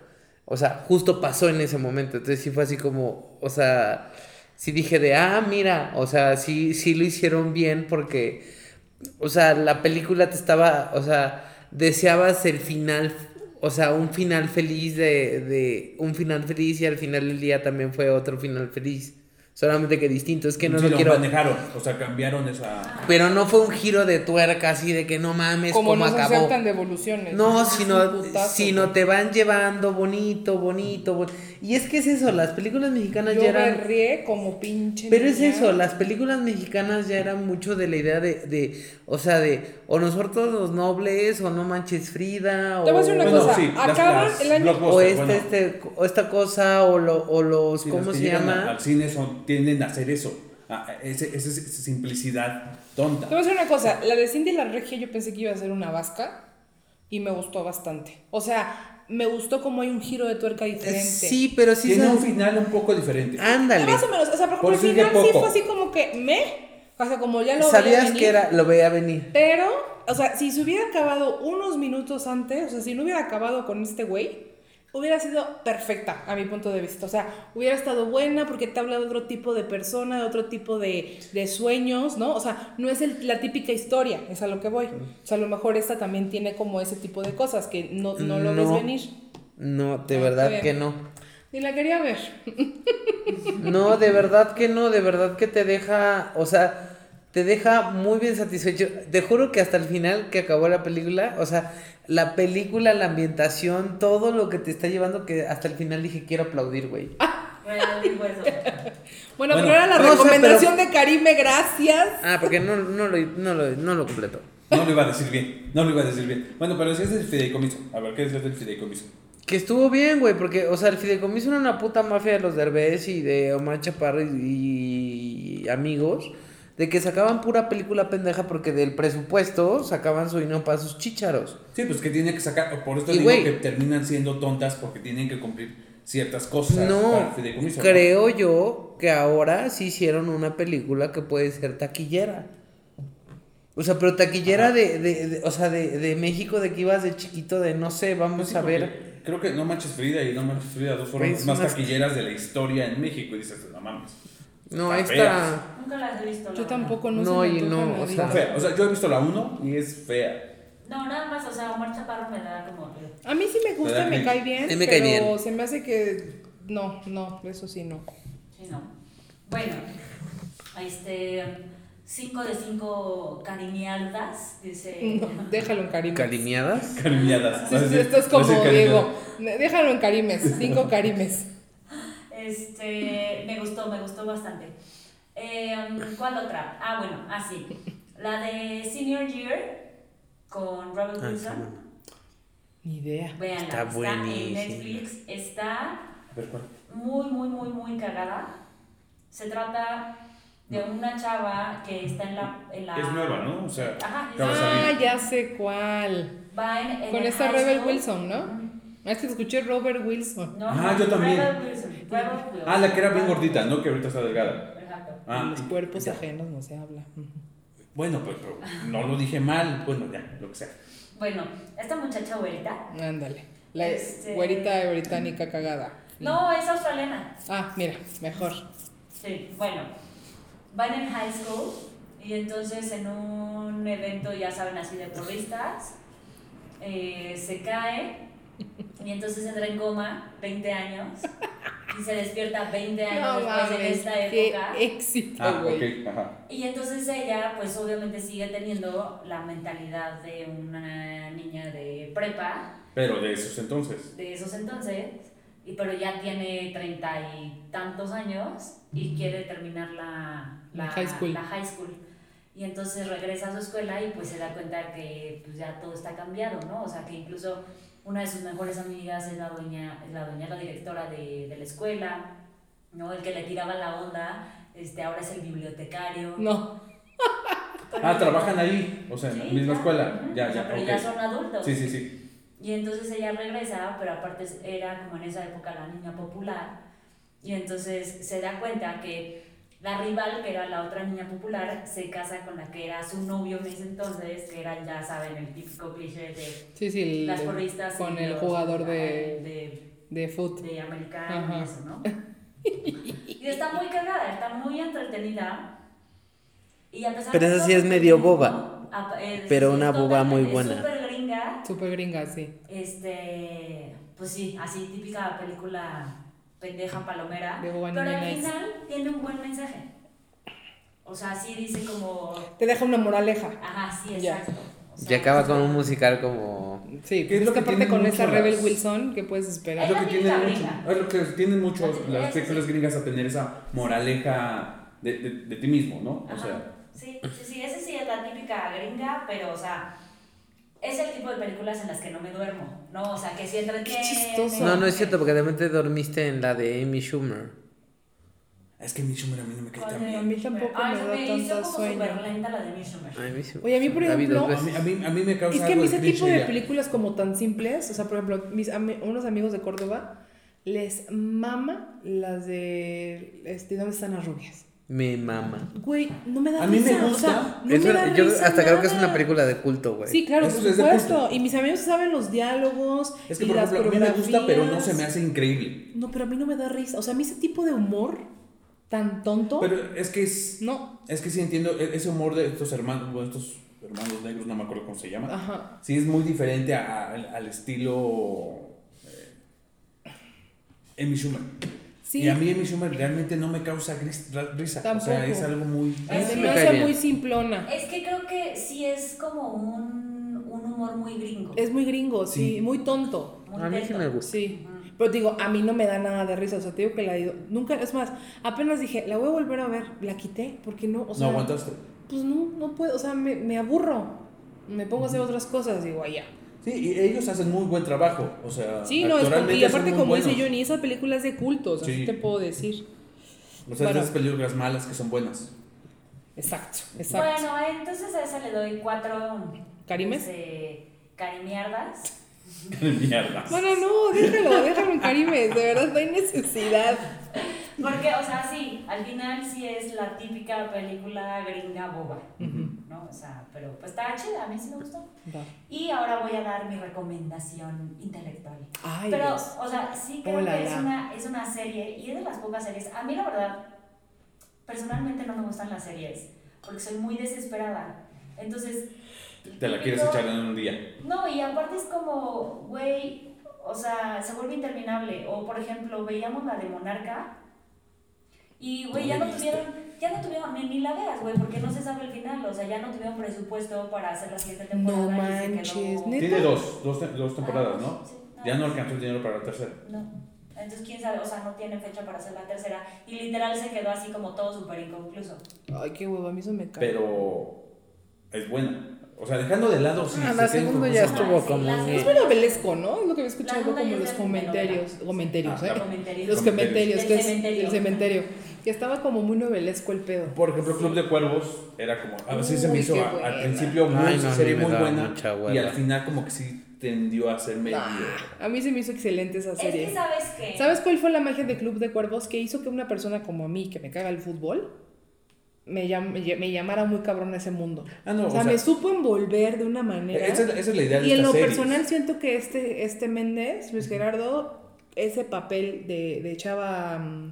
[SPEAKER 3] O sea, justo pasó en ese momento. Entonces sí fue así como. O sea. Sí dije de. Ah, mira. O sea, sí, sí lo hicieron bien porque. O sea, la película te estaba. O sea, deseabas el final. O sea, un final feliz de. de un final feliz y al final del día también fue otro final feliz. Solamente que distinto. Es que no
[SPEAKER 1] Sí,
[SPEAKER 3] lo,
[SPEAKER 1] lo
[SPEAKER 3] quiero.
[SPEAKER 1] manejaron, o sea, cambiaron esa.
[SPEAKER 3] Pero no fue un giro de tuerca así de que no mames,
[SPEAKER 2] como,
[SPEAKER 3] cómo
[SPEAKER 2] no se
[SPEAKER 3] acabó.
[SPEAKER 2] aceptan devoluciones.
[SPEAKER 3] No,
[SPEAKER 2] Es un
[SPEAKER 3] sino,
[SPEAKER 2] putazo,
[SPEAKER 3] sino
[SPEAKER 2] güey.
[SPEAKER 3] te van llevando bonito, bonito, bon- Y es que es eso, las películas mexicanas
[SPEAKER 2] Yo
[SPEAKER 3] ya
[SPEAKER 2] me
[SPEAKER 3] eran...
[SPEAKER 2] rié como pinche.
[SPEAKER 3] Pero es
[SPEAKER 2] niña.
[SPEAKER 3] eso, las películas mexicanas ya eran mucho de la idea de, de o sea, de, o nosotros los nobles, o no manches Frida,
[SPEAKER 2] Te voy a decir
[SPEAKER 3] o-
[SPEAKER 2] una
[SPEAKER 1] Bueno,
[SPEAKER 2] cosa,
[SPEAKER 1] sí, las-
[SPEAKER 2] acaba
[SPEAKER 1] las
[SPEAKER 2] el año-
[SPEAKER 3] o
[SPEAKER 1] blockbusters,
[SPEAKER 3] esta,
[SPEAKER 1] bueno,
[SPEAKER 3] este, o esta cosa, o, lo- o los,
[SPEAKER 1] sí,
[SPEAKER 3] ¿cómo
[SPEAKER 1] los que
[SPEAKER 3] se
[SPEAKER 1] llegan a-
[SPEAKER 3] llama? Eh,
[SPEAKER 1] Al cine son, tienden a hacer eso, a- a- ese- ese- esa simplicidad tonta.
[SPEAKER 2] Te voy a decir una cosa, la de Cindy la Regia yo pensé que iba a ser una vasca y me gustó bastante. O sea, me gustó como hay un giro de tuerca diferente.
[SPEAKER 3] Sí, pero sí
[SPEAKER 1] Tiene
[SPEAKER 3] se-
[SPEAKER 1] un final un poco diferente.
[SPEAKER 3] Ándale.
[SPEAKER 2] Más o menos, o sea, por
[SPEAKER 1] Por
[SPEAKER 2] ejemplo,
[SPEAKER 1] eso dije
[SPEAKER 2] al final sí
[SPEAKER 1] poco.
[SPEAKER 2] fue así como que me, o sea, como ya lo veía
[SPEAKER 3] Sabías
[SPEAKER 2] venir,
[SPEAKER 3] que era, lo veía venir.
[SPEAKER 2] Pero, o sea, si se hubiera acabado unos minutos antes, o sea, si no hubiera acabado con este güey, hubiera sido perfecta a mi punto de vista. O sea, hubiera estado buena porque te habla de otro tipo de persona, de otro tipo de, de sueños, ¿no? O sea, no es el- la típica historia, es a lo que voy. O sea, a lo mejor esta también tiene como ese tipo de cosas que no, no lo
[SPEAKER 3] No.
[SPEAKER 2] ves venir.
[SPEAKER 3] No, de
[SPEAKER 2] Ah,
[SPEAKER 3] verdad
[SPEAKER 2] bien.
[SPEAKER 3] que no.
[SPEAKER 2] Ni la quería ver.
[SPEAKER 3] No, de verdad que no, de verdad que te deja, o sea, te deja muy bien satisfecho. Te juro que hasta el final que acabó la película, o sea, la película, la ambientación, todo lo que te está llevando, que hasta el final dije, quiero aplaudir, güey.
[SPEAKER 4] Realmente fue eso.
[SPEAKER 2] Bueno,
[SPEAKER 1] Bueno,
[SPEAKER 2] pero era la
[SPEAKER 3] no sé,
[SPEAKER 2] recomendación de Karime, gracias.
[SPEAKER 3] Ah, porque no, no, lo, no, lo, no lo completó.
[SPEAKER 1] No lo iba a decir bien, no lo iba a decir bien. Bueno, pero si es el fideicomiso, a ver, ¿qué es el fideicomiso?
[SPEAKER 3] Que estuvo bien, güey, porque, o sea, el fideicomiso era una puta mafia de los Derbez y de Omar Chaparro y, y amigos, de que sacaban pura película pendeja porque del presupuesto sacaban su dinero para sus chícharos.
[SPEAKER 1] Sí, pues que tiene que sacar, por esto
[SPEAKER 3] Y
[SPEAKER 1] digo
[SPEAKER 3] güey.
[SPEAKER 1] que terminan siendo tontas porque tienen que cumplir ciertas cosas para
[SPEAKER 3] No,
[SPEAKER 1] el fideicomiso. ¿no?
[SPEAKER 3] creo yo que ahora sí hicieron una película que puede ser taquillera. O sea, pero taquillera de, de- de- o sea, de, de México, de que ibas de chiquito, de no sé,
[SPEAKER 1] Pues
[SPEAKER 3] vamos
[SPEAKER 1] sí,
[SPEAKER 3] a
[SPEAKER 1] porque
[SPEAKER 3] ver.
[SPEAKER 1] Creo que No Manches Frida y No Manches Frida, dos fueron
[SPEAKER 3] Pues,
[SPEAKER 1] las más
[SPEAKER 3] unas-
[SPEAKER 1] taquilleras de la historia en México. Y dices, no mames.
[SPEAKER 3] No,
[SPEAKER 1] Está
[SPEAKER 3] esta.
[SPEAKER 1] fea.
[SPEAKER 4] Nunca las he visto. la
[SPEAKER 2] Yo
[SPEAKER 4] verdad.
[SPEAKER 2] tampoco no
[SPEAKER 3] No,
[SPEAKER 2] se me
[SPEAKER 3] y no,
[SPEAKER 2] antoja
[SPEAKER 3] o
[SPEAKER 2] nadie.
[SPEAKER 3] sea,
[SPEAKER 1] Fea. O sea, yo he visto la 1 y es fea.
[SPEAKER 4] No, nada más, o sea, Omar Chaparro me da como.
[SPEAKER 2] A mí sí me gusta,
[SPEAKER 1] ¿Verdad?
[SPEAKER 2] me
[SPEAKER 1] Sí.
[SPEAKER 2] cae bien.
[SPEAKER 3] Sí me cae
[SPEAKER 2] pero
[SPEAKER 3] bien.
[SPEAKER 2] se me hace que. No, no, eso sí no.
[SPEAKER 4] Sí, no. Bueno, este. 5 de 5 cariñaldas, dice.
[SPEAKER 2] No, déjalo en Carimes.
[SPEAKER 3] ¿Calineadas?
[SPEAKER 1] Cariñadas.
[SPEAKER 2] Sí, sí, esto es como Diego. Déjalo en Carimes, cinco Carimes.
[SPEAKER 4] Este, me gustó, me gustó bastante. Eh, ¿Cuál otra? Ah, bueno, ah, sí. La de Senior Year con Robert
[SPEAKER 3] Ah,
[SPEAKER 4] Wilson.
[SPEAKER 3] está buena.
[SPEAKER 2] Ni idea.
[SPEAKER 4] Véanla,
[SPEAKER 3] Está
[SPEAKER 4] está, en
[SPEAKER 3] buenísima.
[SPEAKER 4] Netflix, está
[SPEAKER 1] A ver, ¿cuál?
[SPEAKER 4] muy, muy, muy, muy cagada. Se trata de una chava que está en la... en la-
[SPEAKER 1] Es nueva, ¿no? O sea,
[SPEAKER 4] Ajá,
[SPEAKER 1] acaba de
[SPEAKER 2] Ah,
[SPEAKER 1] salir.
[SPEAKER 2] ya sé cuál.
[SPEAKER 4] Va en, en
[SPEAKER 2] Con
[SPEAKER 4] el
[SPEAKER 2] esta
[SPEAKER 4] high
[SPEAKER 2] Rebel
[SPEAKER 4] school.
[SPEAKER 2] Wilson, ¿no? Ah, Es que escuché Robert Wilson.
[SPEAKER 4] No,
[SPEAKER 1] Ah,
[SPEAKER 4] no,
[SPEAKER 1] yo también.
[SPEAKER 4] Rebel Wilson, Rebel Wilson.
[SPEAKER 1] Ah, la que era bien gordita, ¿no? Que ahorita está delgada.
[SPEAKER 4] Exacto.
[SPEAKER 2] De
[SPEAKER 1] Ah,
[SPEAKER 2] los cuerpos ajenos no se habla.
[SPEAKER 1] bueno, pues pero no lo dije mal. Bueno, ya, lo que sea.
[SPEAKER 4] Bueno, esta muchacha güerita.
[SPEAKER 2] Ándale. La
[SPEAKER 4] Este-
[SPEAKER 2] güerita británica cagada.
[SPEAKER 4] No, es australiana.
[SPEAKER 2] Ah, mira, mejor.
[SPEAKER 4] Sí, bueno, van en high school y entonces en un evento, ya saben, así de porristas, eh, se cae y entonces entra en coma 20 años y se despierta 20 años
[SPEAKER 2] No
[SPEAKER 4] después en
[SPEAKER 2] mames,
[SPEAKER 4] esta
[SPEAKER 2] qué eh.
[SPEAKER 4] época.
[SPEAKER 2] éxito,
[SPEAKER 1] Ah,
[SPEAKER 2] güey.
[SPEAKER 1] ok, ajá.
[SPEAKER 4] Y entonces ella, pues obviamente sigue teniendo la mentalidad de una niña de prepa
[SPEAKER 1] Pero de esos entonces.
[SPEAKER 4] de esos entonces, y- pero ya tiene treinta y tantos años y quiere terminar la,
[SPEAKER 2] La high school.
[SPEAKER 4] la high school. Y entonces regresa a su escuela y pues se da cuenta que pues, ya todo está cambiado, ¿no? O sea, que incluso una de sus mejores amigas es la dueña, es la dueña, la directora de, de la escuela, ¿no? El que le tiraba la onda, este, ahora es el bibliotecario.
[SPEAKER 2] No.
[SPEAKER 4] Pero-
[SPEAKER 1] Ah, trabajan ahí, o sea, en la
[SPEAKER 4] Sí,
[SPEAKER 1] misma
[SPEAKER 4] ya,
[SPEAKER 1] escuela.
[SPEAKER 4] ujú,
[SPEAKER 1] Ya,
[SPEAKER 4] o sea,
[SPEAKER 1] ya,
[SPEAKER 4] Pero
[SPEAKER 1] ok.
[SPEAKER 4] ya son adultos.
[SPEAKER 1] Sí, sí, sí.
[SPEAKER 4] Y entonces ella regresa, pero aparte era como en esa época la niña popular. Y entonces se da cuenta que la rival, que era la otra niña popular, se casa con la que era su novio en ese entonces, que era, ya saben, el típico cliché de
[SPEAKER 2] Sí, sí. el-
[SPEAKER 4] las porristas. y
[SPEAKER 2] Con el
[SPEAKER 4] los-
[SPEAKER 2] jugador de,
[SPEAKER 4] de,
[SPEAKER 2] de foot.
[SPEAKER 4] de americano
[SPEAKER 2] Ajá.
[SPEAKER 4] y eso, ¿no? y está muy cagada, está muy entretenida. Y a pesar
[SPEAKER 3] Pero
[SPEAKER 4] de
[SPEAKER 3] esa
[SPEAKER 4] todo
[SPEAKER 3] sí es
[SPEAKER 4] que
[SPEAKER 3] medio
[SPEAKER 4] tiene,
[SPEAKER 3] boba.
[SPEAKER 4] ¿no? A- es-
[SPEAKER 3] Pero
[SPEAKER 4] es
[SPEAKER 3] una boba muy
[SPEAKER 4] totalmente- es
[SPEAKER 3] buena.
[SPEAKER 4] súper gringa.
[SPEAKER 2] Super gringa, sí.
[SPEAKER 4] Este, pues sí, así típica película pendeja palomera.
[SPEAKER 2] De Boba
[SPEAKER 4] Pero al
[SPEAKER 2] Nice.
[SPEAKER 4] final tiene un buen mensaje. O sea, sí dice como,
[SPEAKER 2] Te deja una moraleja.
[SPEAKER 4] ajá, sí,
[SPEAKER 2] Ya.
[SPEAKER 4] exacto. O sea,
[SPEAKER 3] Y acaba con un musical como...
[SPEAKER 2] Sí,
[SPEAKER 1] ¿Qué es
[SPEAKER 2] pues es
[SPEAKER 1] lo
[SPEAKER 2] que
[SPEAKER 1] que
[SPEAKER 2] aparte
[SPEAKER 1] tienen
[SPEAKER 2] con
[SPEAKER 1] mucho
[SPEAKER 2] esa Rebel
[SPEAKER 1] las-
[SPEAKER 2] Wilson, ¿qué puedes esperar?
[SPEAKER 1] Es lo
[SPEAKER 4] la
[SPEAKER 1] que
[SPEAKER 4] típica
[SPEAKER 1] tienen mucho,
[SPEAKER 4] gringa.
[SPEAKER 1] es lo que tienen mucho
[SPEAKER 4] Así
[SPEAKER 1] las
[SPEAKER 4] es, sí.
[SPEAKER 1] películas gringas a tener esa moraleja de, de, de ti mismo, ¿no?
[SPEAKER 4] Ajá.
[SPEAKER 1] O sea,
[SPEAKER 4] sí, sí, sí, esa sí es la típica gringa, pero o sea, es el tipo de películas en las que no me duermo, ¿no? O sea, que sí entretiene.
[SPEAKER 2] chistoso.
[SPEAKER 3] No, no es cierto, porque realmente dormiste en la de Amy Schumer.
[SPEAKER 1] es que mi Schumer a mí no me cae
[SPEAKER 4] Con
[SPEAKER 1] tan
[SPEAKER 4] el-
[SPEAKER 1] bien.
[SPEAKER 2] A mí tampoco
[SPEAKER 4] Ay,
[SPEAKER 2] me
[SPEAKER 4] se
[SPEAKER 2] da
[SPEAKER 4] hizo
[SPEAKER 2] tanto
[SPEAKER 4] como
[SPEAKER 2] sueño.
[SPEAKER 4] súper lenta la de Midsummer.
[SPEAKER 3] Ay, mí sí-
[SPEAKER 2] Oye, a mí, por
[SPEAKER 3] la vi dos
[SPEAKER 2] ejemplo,
[SPEAKER 1] A mí, a
[SPEAKER 3] veces.
[SPEAKER 1] mí, a mí me causa
[SPEAKER 2] Es que a mí
[SPEAKER 1] algo
[SPEAKER 2] ese
[SPEAKER 1] de
[SPEAKER 2] tipo
[SPEAKER 1] cringe
[SPEAKER 2] de
[SPEAKER 1] ella.
[SPEAKER 2] películas como tan simples, o sea, por ejemplo, mis ami- unos amigos de Córdoba les mama las de este, ¿Dónde están las rubias?
[SPEAKER 3] Me mama.
[SPEAKER 2] Güey, no me da
[SPEAKER 1] A mí
[SPEAKER 2] risa.
[SPEAKER 1] me
[SPEAKER 2] o sea,
[SPEAKER 1] gusta.
[SPEAKER 2] no
[SPEAKER 3] Es
[SPEAKER 2] me
[SPEAKER 3] una-
[SPEAKER 2] da
[SPEAKER 3] yo
[SPEAKER 2] risa
[SPEAKER 3] hasta creo que es
[SPEAKER 2] nada.
[SPEAKER 3] una película de culto, güey.
[SPEAKER 2] Sí, claro,
[SPEAKER 1] Eso
[SPEAKER 2] por
[SPEAKER 1] es de
[SPEAKER 2] supuesto.
[SPEAKER 1] culto.
[SPEAKER 2] Y mis amigos saben los diálogos.
[SPEAKER 1] Es que,
[SPEAKER 2] y
[SPEAKER 1] por
[SPEAKER 2] las
[SPEAKER 1] ejemplo, a mí me gusta, pero no
[SPEAKER 2] coreografías.
[SPEAKER 1] se me hace increíble.
[SPEAKER 2] No, pero a mí no me da risa. O sea, a mí ese tipo de humor tan tonto.
[SPEAKER 1] Pero es que es,
[SPEAKER 2] No.
[SPEAKER 1] es que sí entiendo e- ese humor de estos hermanos, bueno, estos hermanos negros, no me acuerdo cómo se llama.
[SPEAKER 4] Ah.
[SPEAKER 2] Ajá.
[SPEAKER 1] Sí, es muy diferente a- al- al estilo eh, Amy Schumer.
[SPEAKER 2] Sí.
[SPEAKER 1] Y a mí Amy Schumer realmente no me causa gris- ra- risa. O sea,
[SPEAKER 2] Tampoco. Ah,
[SPEAKER 1] es algo muy...
[SPEAKER 3] A mí sí
[SPEAKER 2] Es
[SPEAKER 3] me cae bien.
[SPEAKER 2] muy simplona.
[SPEAKER 4] Es que creo que sí es como un, un humor muy gringo.
[SPEAKER 2] Es muy gringo, sí,
[SPEAKER 1] Sí.
[SPEAKER 2] muy tonto.
[SPEAKER 4] muy
[SPEAKER 3] A mí sí
[SPEAKER 4] teto.
[SPEAKER 3] me gusta.
[SPEAKER 2] Sí. Pero digo, a mí no me da nada de risa. O sea, te digo que la he ido- Nunca, es más, apenas dije, la voy a volver a ver. La quité porque no, o sea.
[SPEAKER 1] no aguantaste.
[SPEAKER 2] Pues no, no puedo. O sea, me, me aburro. Me pongo a hacer otras cosas. Digo, allá.
[SPEAKER 1] Sí, y ellos hacen muy buen trabajo. O sea,
[SPEAKER 2] Sí, no, es como,
[SPEAKER 1] actoralmente
[SPEAKER 2] y
[SPEAKER 1] son
[SPEAKER 2] aparte,
[SPEAKER 1] muy
[SPEAKER 2] como
[SPEAKER 1] buenos.
[SPEAKER 2] dice Johnny, esa película es de culto. O sea,
[SPEAKER 1] Sí.
[SPEAKER 2] sí te puelo decir.
[SPEAKER 1] O sea,
[SPEAKER 2] Bueno.
[SPEAKER 1] esas películas malas que son buenas.
[SPEAKER 2] Exacto, exacto.
[SPEAKER 4] Bueno, entonces a esa le doy cuatro.
[SPEAKER 2] ¿Carimes?
[SPEAKER 4] este, carimierdas.
[SPEAKER 1] Mierda.
[SPEAKER 2] Bueno, no, déjalo, déjalo en Carimes. De verdad, no hay necesidad.
[SPEAKER 4] Porque, o sea, sí, al final sí es la típica película gringa boba. ¿No? O sea, pero pues está chida, a mí sí me gustó.
[SPEAKER 2] Va.
[SPEAKER 4] Y ahora voy a dar mi recomendación intelectual.
[SPEAKER 2] Ay,
[SPEAKER 4] pero,
[SPEAKER 2] Dios.
[SPEAKER 4] o sea, sí creo
[SPEAKER 2] Hola,
[SPEAKER 4] que es
[SPEAKER 2] la.
[SPEAKER 4] una, es una serie y es de las pocas series. A mí, la verdad, personalmente no me gustan las series porque soy muy desesperada. Entonces.
[SPEAKER 1] Te la quieres
[SPEAKER 4] típico-
[SPEAKER 1] echar en un día.
[SPEAKER 4] No, y aparte es como, güey, o sea, se vuelve interminable. O por ejemplo, veíamos la de Monarca y, güey,
[SPEAKER 1] No
[SPEAKER 4] ya
[SPEAKER 1] la
[SPEAKER 4] no
[SPEAKER 1] he visto.
[SPEAKER 4] tuvieron, ya no tuvieron, ni, ni la veas, güey, porque no se sabe el final. O sea, ya no tuvieron presupuesto para hacer la siguiente temporada.
[SPEAKER 2] No
[SPEAKER 4] y se
[SPEAKER 2] manches,
[SPEAKER 4] quedó-
[SPEAKER 2] ¿neta?
[SPEAKER 1] Tiene dos, dos, te- dos temporadas,
[SPEAKER 2] Ah,
[SPEAKER 1] ¿no?
[SPEAKER 4] Sí,
[SPEAKER 1] Ya no alcanzó el dinero para la tercera.
[SPEAKER 4] No. Entonces, quién sabe, o sea, no tiene fecha para hacer la tercera. Y literal se quedó así como todo súper inconcluso.
[SPEAKER 2] Ay, qué huevo, a mí eso me cae.
[SPEAKER 1] Pero es buena. O sea, dejando de lado... sí,
[SPEAKER 3] Ah,
[SPEAKER 1] se
[SPEAKER 3] la
[SPEAKER 1] queda
[SPEAKER 3] segunda
[SPEAKER 1] inconclusa.
[SPEAKER 3] ya
[SPEAKER 4] Ajá,
[SPEAKER 3] estuvo
[SPEAKER 4] sí,
[SPEAKER 3] como...
[SPEAKER 4] la
[SPEAKER 2] Es
[SPEAKER 3] eh.
[SPEAKER 4] segunda.
[SPEAKER 2] novelesco, ¿no? Es lo que había
[SPEAKER 4] La
[SPEAKER 2] escuchado
[SPEAKER 4] segunda
[SPEAKER 2] como
[SPEAKER 4] ya
[SPEAKER 2] los
[SPEAKER 4] es
[SPEAKER 2] comentarios.
[SPEAKER 4] telenovela.
[SPEAKER 2] Comentarios,
[SPEAKER 1] Ah,
[SPEAKER 2] ¿eh?
[SPEAKER 4] Comentarios.
[SPEAKER 2] Los
[SPEAKER 1] Comentarios.
[SPEAKER 2] comentarios, que es
[SPEAKER 4] Del cementerio.
[SPEAKER 2] el cementerio. Que estaba como muy novelesco el pedo.
[SPEAKER 1] Por ejemplo, Club de Cuervos era como. A veces se me
[SPEAKER 2] Uy,
[SPEAKER 1] hizo
[SPEAKER 2] qué
[SPEAKER 1] a- al
[SPEAKER 2] buena.
[SPEAKER 1] principio muy,
[SPEAKER 3] Ay, no, a mí
[SPEAKER 1] serie
[SPEAKER 3] me
[SPEAKER 1] muy
[SPEAKER 3] daba
[SPEAKER 1] buena.
[SPEAKER 3] mucha hueva.
[SPEAKER 1] Y al final, como que sí tendió a ser medio.
[SPEAKER 2] Ah, A mí se me hizo excelente esa
[SPEAKER 4] Es
[SPEAKER 2] serie.
[SPEAKER 4] que, ¿sabes qué?
[SPEAKER 2] ¿Sabes cuál fue la magia de Club de Cuervos? Que hizo que una persona como a mí, que me caga el fútbol, me, llam- me llamara muy cabrón a ese mundo.
[SPEAKER 1] Ah, no,
[SPEAKER 2] o sea,
[SPEAKER 1] o sea- Eh,
[SPEAKER 2] me supo envolver de una manera.
[SPEAKER 1] Esa, es- esa es la idea de
[SPEAKER 2] Y en
[SPEAKER 1] estas
[SPEAKER 2] lo
[SPEAKER 1] series.
[SPEAKER 2] personal siento que este, este Méndez, Luis Gerardo, ese papel de, de Chava, mm,